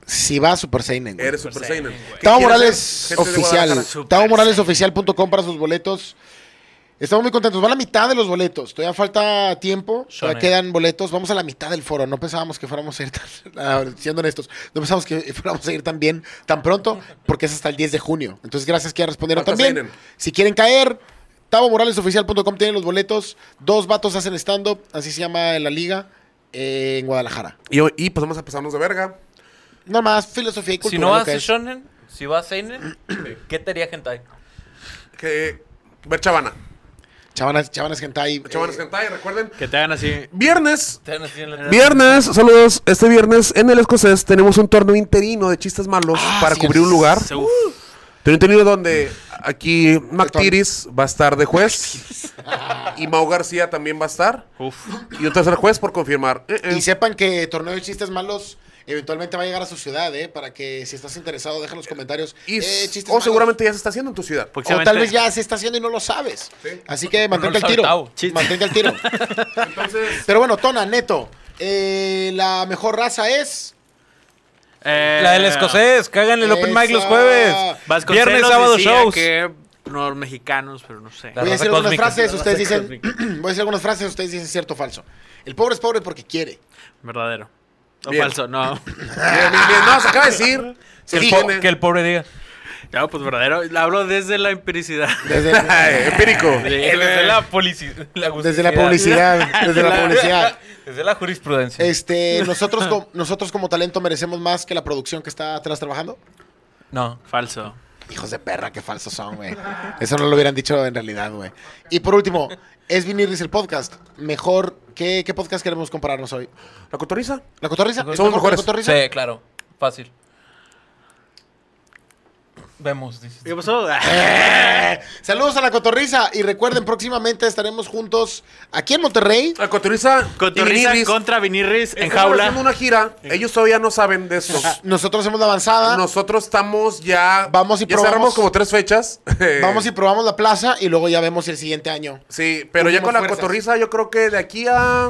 S1: Si va a Super Seinen. güey.
S2: Eres Super Seinen. ¿Qué
S1: Tavo
S2: quiere
S1: Morales
S2: hacer gente de
S1: oficial.
S2: Guadalajara?
S1: Tavo Morales oficial.com para sus boletos. Estamos muy contentos. Va la mitad de los boletos. Todavía falta tiempo. Todavía
S4: Shonen.
S1: quedan boletos. Vamos a la mitad del foro. No pensábamos que fuéramos a ir tan. ah, Siendo honestos, no pensábamos que fuéramos a ir tan bien tan pronto porque es hasta el 10 de junio. Entonces, gracias que ya respondieron
S2: Falta
S1: también.
S2: Seinen.
S1: Si quieren caer, TavoMoralesOficial.com tiene los boletos. Dos vatos hacen stand-up. Así se llama en la liga eh, en Guadalajara.
S2: Y, y pues vamos a pasarnos de verga.
S1: Nada más, filosofía y cultura.
S4: Si no vas
S1: lo que
S4: a
S1: es.
S4: Shonen, si vas a Seinen, ¿qué te haría Hentai?
S2: Que, ver Chavana.
S1: Chavanas, chavanas eh, Gentai.
S2: Chavana Sentai, recuerden.
S3: Que te hagan así.
S2: Viernes.
S4: Te van a decir en la-
S2: Viernes, saludos. Este viernes en el escocés tenemos un torneo interino de chistes malos para
S1: Ah, sí,
S2: cubrir un lugar.
S3: se- uf.
S2: Torneo interino donde aquí Mac Tiris va a estar de juez.
S1: Ah,
S2: y Mau García también va a estar.
S3: Uf.
S2: Y un tercer juez por confirmar. Eh, eh.
S1: Y sepan que Torneo de Chistes Malos eventualmente va a llegar a su ciudad, ¿eh? Para que si estás interesado, deja en los comentarios.
S2: Y
S1: eh,
S2: s-
S1: chistes
S2: o
S1: malos.
S2: seguramente ya se está haciendo en tu ciudad.
S1: O
S3: Próximamente.
S1: tal vez ya se está haciendo y no lo sabes. Así que mantente
S4: lo
S1: al
S4: sabe
S1: tiro.
S4: Tao.
S3: Chiste.
S1: Mantente al tiro.
S2: Entonces,
S1: Pero bueno, Tona, neto. eh, la mejor raza es.
S3: Eh,
S4: La del escocés, cagan el Open Mic los
S1: Esa.
S4: jueves.
S3: Vasconcelos
S4: Viernes, sábado,
S3: decía
S4: shows.
S3: que no mexicanos, pero no sé.
S4: La
S1: Voy a
S4: raza
S1: decir algunas
S4: cósmica.
S1: frases,
S4: La
S1: ustedes
S4: raza
S1: dicen. Voy a decir algunas frases, ustedes dicen cierto o falso. El pobre es pobre porque quiere.
S3: Verdadero. O
S2: Bien.
S3: falso, no.
S2: bien, bien, bien. Ah. No, se acaba de decir. Se
S4: Que el, po-
S2: tiene.
S4: que el pobre diga.
S3: No, pues verdadero. Hablo desde la empiricidad.
S1: Desde,
S2: Ay, empírico.
S3: Sí,
S4: Eh, Desde
S3: güey.
S4: la, polici- la
S1: Eh. desde la
S4: justicia.
S1: publicidad. Desde la publicidad.
S4: Desde la jurisprudencia.
S1: Este, nosotros, com- nosotros como talento merecemos más que la producción que está atrás trabajando.
S4: No.
S3: Falso.
S1: Hijos de perra, qué falsos son, güey. Eso no lo hubieran dicho en realidad, güey. Y por último, es Vinilis el podcast. Mejor, ¿qué, qué podcast queremos compararnos hoy?
S2: ¿La cotoriza?
S1: ¿La cotorriza?
S2: Somos
S1: ¿Mejor que
S2: mejores.
S1: ¿La cotorriza?
S4: Sí, claro. Fácil. Vemos, dices.
S3: ¿Qué pasó?
S1: Eh, Saludos a la cotorriza y recuerden, próximamente estaremos juntos aquí en Monterrey.
S2: La cotoriza.
S3: Cotorriza contra Vinirris en
S2: haciendo
S3: jaula.
S2: una gira. Ellos todavía no saben de esto.
S1: Nosotros hacemos la avanzada.
S2: Nosotros estamos ya.
S1: Vamos y
S2: ya
S1: probamos.
S2: cerramos como tres fechas.
S1: Vamos y probamos la plaza y luego ya vemos el siguiente año.
S2: Sí, pero ya con la
S1: Unimos fuerzas.
S2: cotoriza, yo creo que de aquí a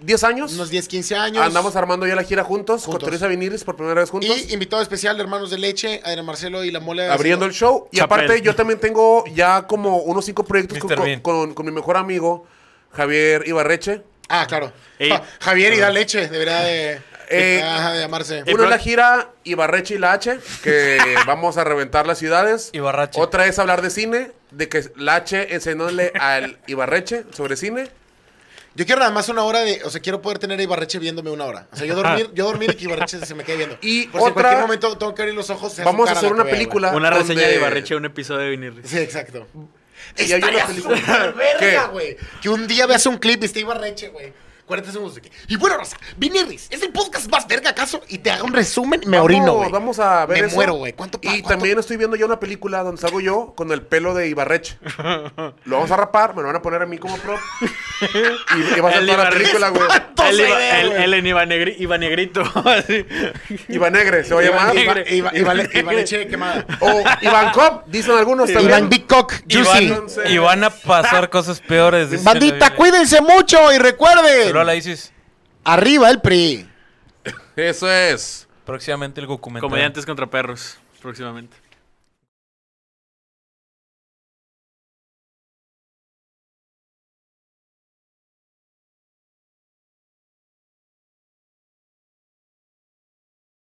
S2: 10 años.
S1: Unos 10, 15 años.
S2: Andamos armando ya la gira juntos.
S1: Juntos.
S2: Cotoriza Viniris por primera vez juntos.
S1: Y invitado especial de Hermanos de Leche, Adrián Marcelo y la mole.
S2: abriendo el show. Y
S3: Chapel.
S2: aparte, yo también tengo ya como unos cinco proyectos con,
S4: Mr. Bean.
S2: con- con mi mejor amigo, Javier Ibarreche.
S1: Ah, claro.
S3: Ey.
S1: Ja- Javier y da leche, debería de.
S2: Eh,
S1: Ajá, de llamarse.
S2: Uno es la gira Ibarreche y la H, que vamos a reventar las ciudades.
S4: Ibarrache.
S2: Otra es hablar de cine, de que la H enseñándole al Ibarreche sobre cine.
S1: Yo quiero nada más una hora de. O sea, quiero poder tener a Ibarreche viéndome una hora. O sea, yo dormir, yo dormir y que Ibarreche se me quede viendo.
S2: Y
S1: Por si en
S2: otra-
S1: cualquier momento tengo que abrir los ojos. sea su
S2: Vamos a
S1: cara
S2: hacer
S1: la que
S2: una
S1: vea,
S2: película.
S3: Una reseña
S2: donde-
S3: de Ibarreche, un episodio de Vinirris.
S1: güey. Sí, exacto.
S2: Y hay una
S1: Estaría
S2: película-
S1: súper verga,
S2: ¿Qué?
S1: güey. Que un día veas un clip y esté Ibarreche, güey. 40 segundos de que. Y bueno, Rosa, Vinirris, ¿es el podcast más verga acaso? Y te haga un resumen, me
S2: Vamos-
S1: orino, güey.
S2: Vamos a ver
S1: Me
S2: eso.
S1: muero, güey. ¿Cuánto pa-
S2: Y
S1: cuánto-
S2: también estoy viendo yo una película donde salgo yo con el pelo de Ibarreche. Lo vamos a rapar, me lo van a poner a mí como prop. Y, y va a ser toda
S3: El
S2: la
S3: Ibarreche.
S2: película, güey.
S3: El,
S1: Tosa
S3: Iba-
S1: idea,
S3: el,
S1: güey.
S3: el en Ibanegri- Ibanegrito. así.
S2: Ibanegre, se va a
S1: Iván-
S2: llamar.
S1: Iván- Iván- Iván- Ibarreche quemada.
S2: O Iván Cop, dicen algunos también.
S1: Iván Bicock, Juicy.
S2: Iván-
S4: Y van a pasar cosas peores. dice
S1: Bandita,
S4: Chela Villa.
S1: cuídense mucho y
S4: Pero la
S1: recuerden.
S4: dices,
S1: Arriba el PRI.
S2: Eso es.
S4: próximamente el documental.
S3: Comediantes contra perros, próximamente.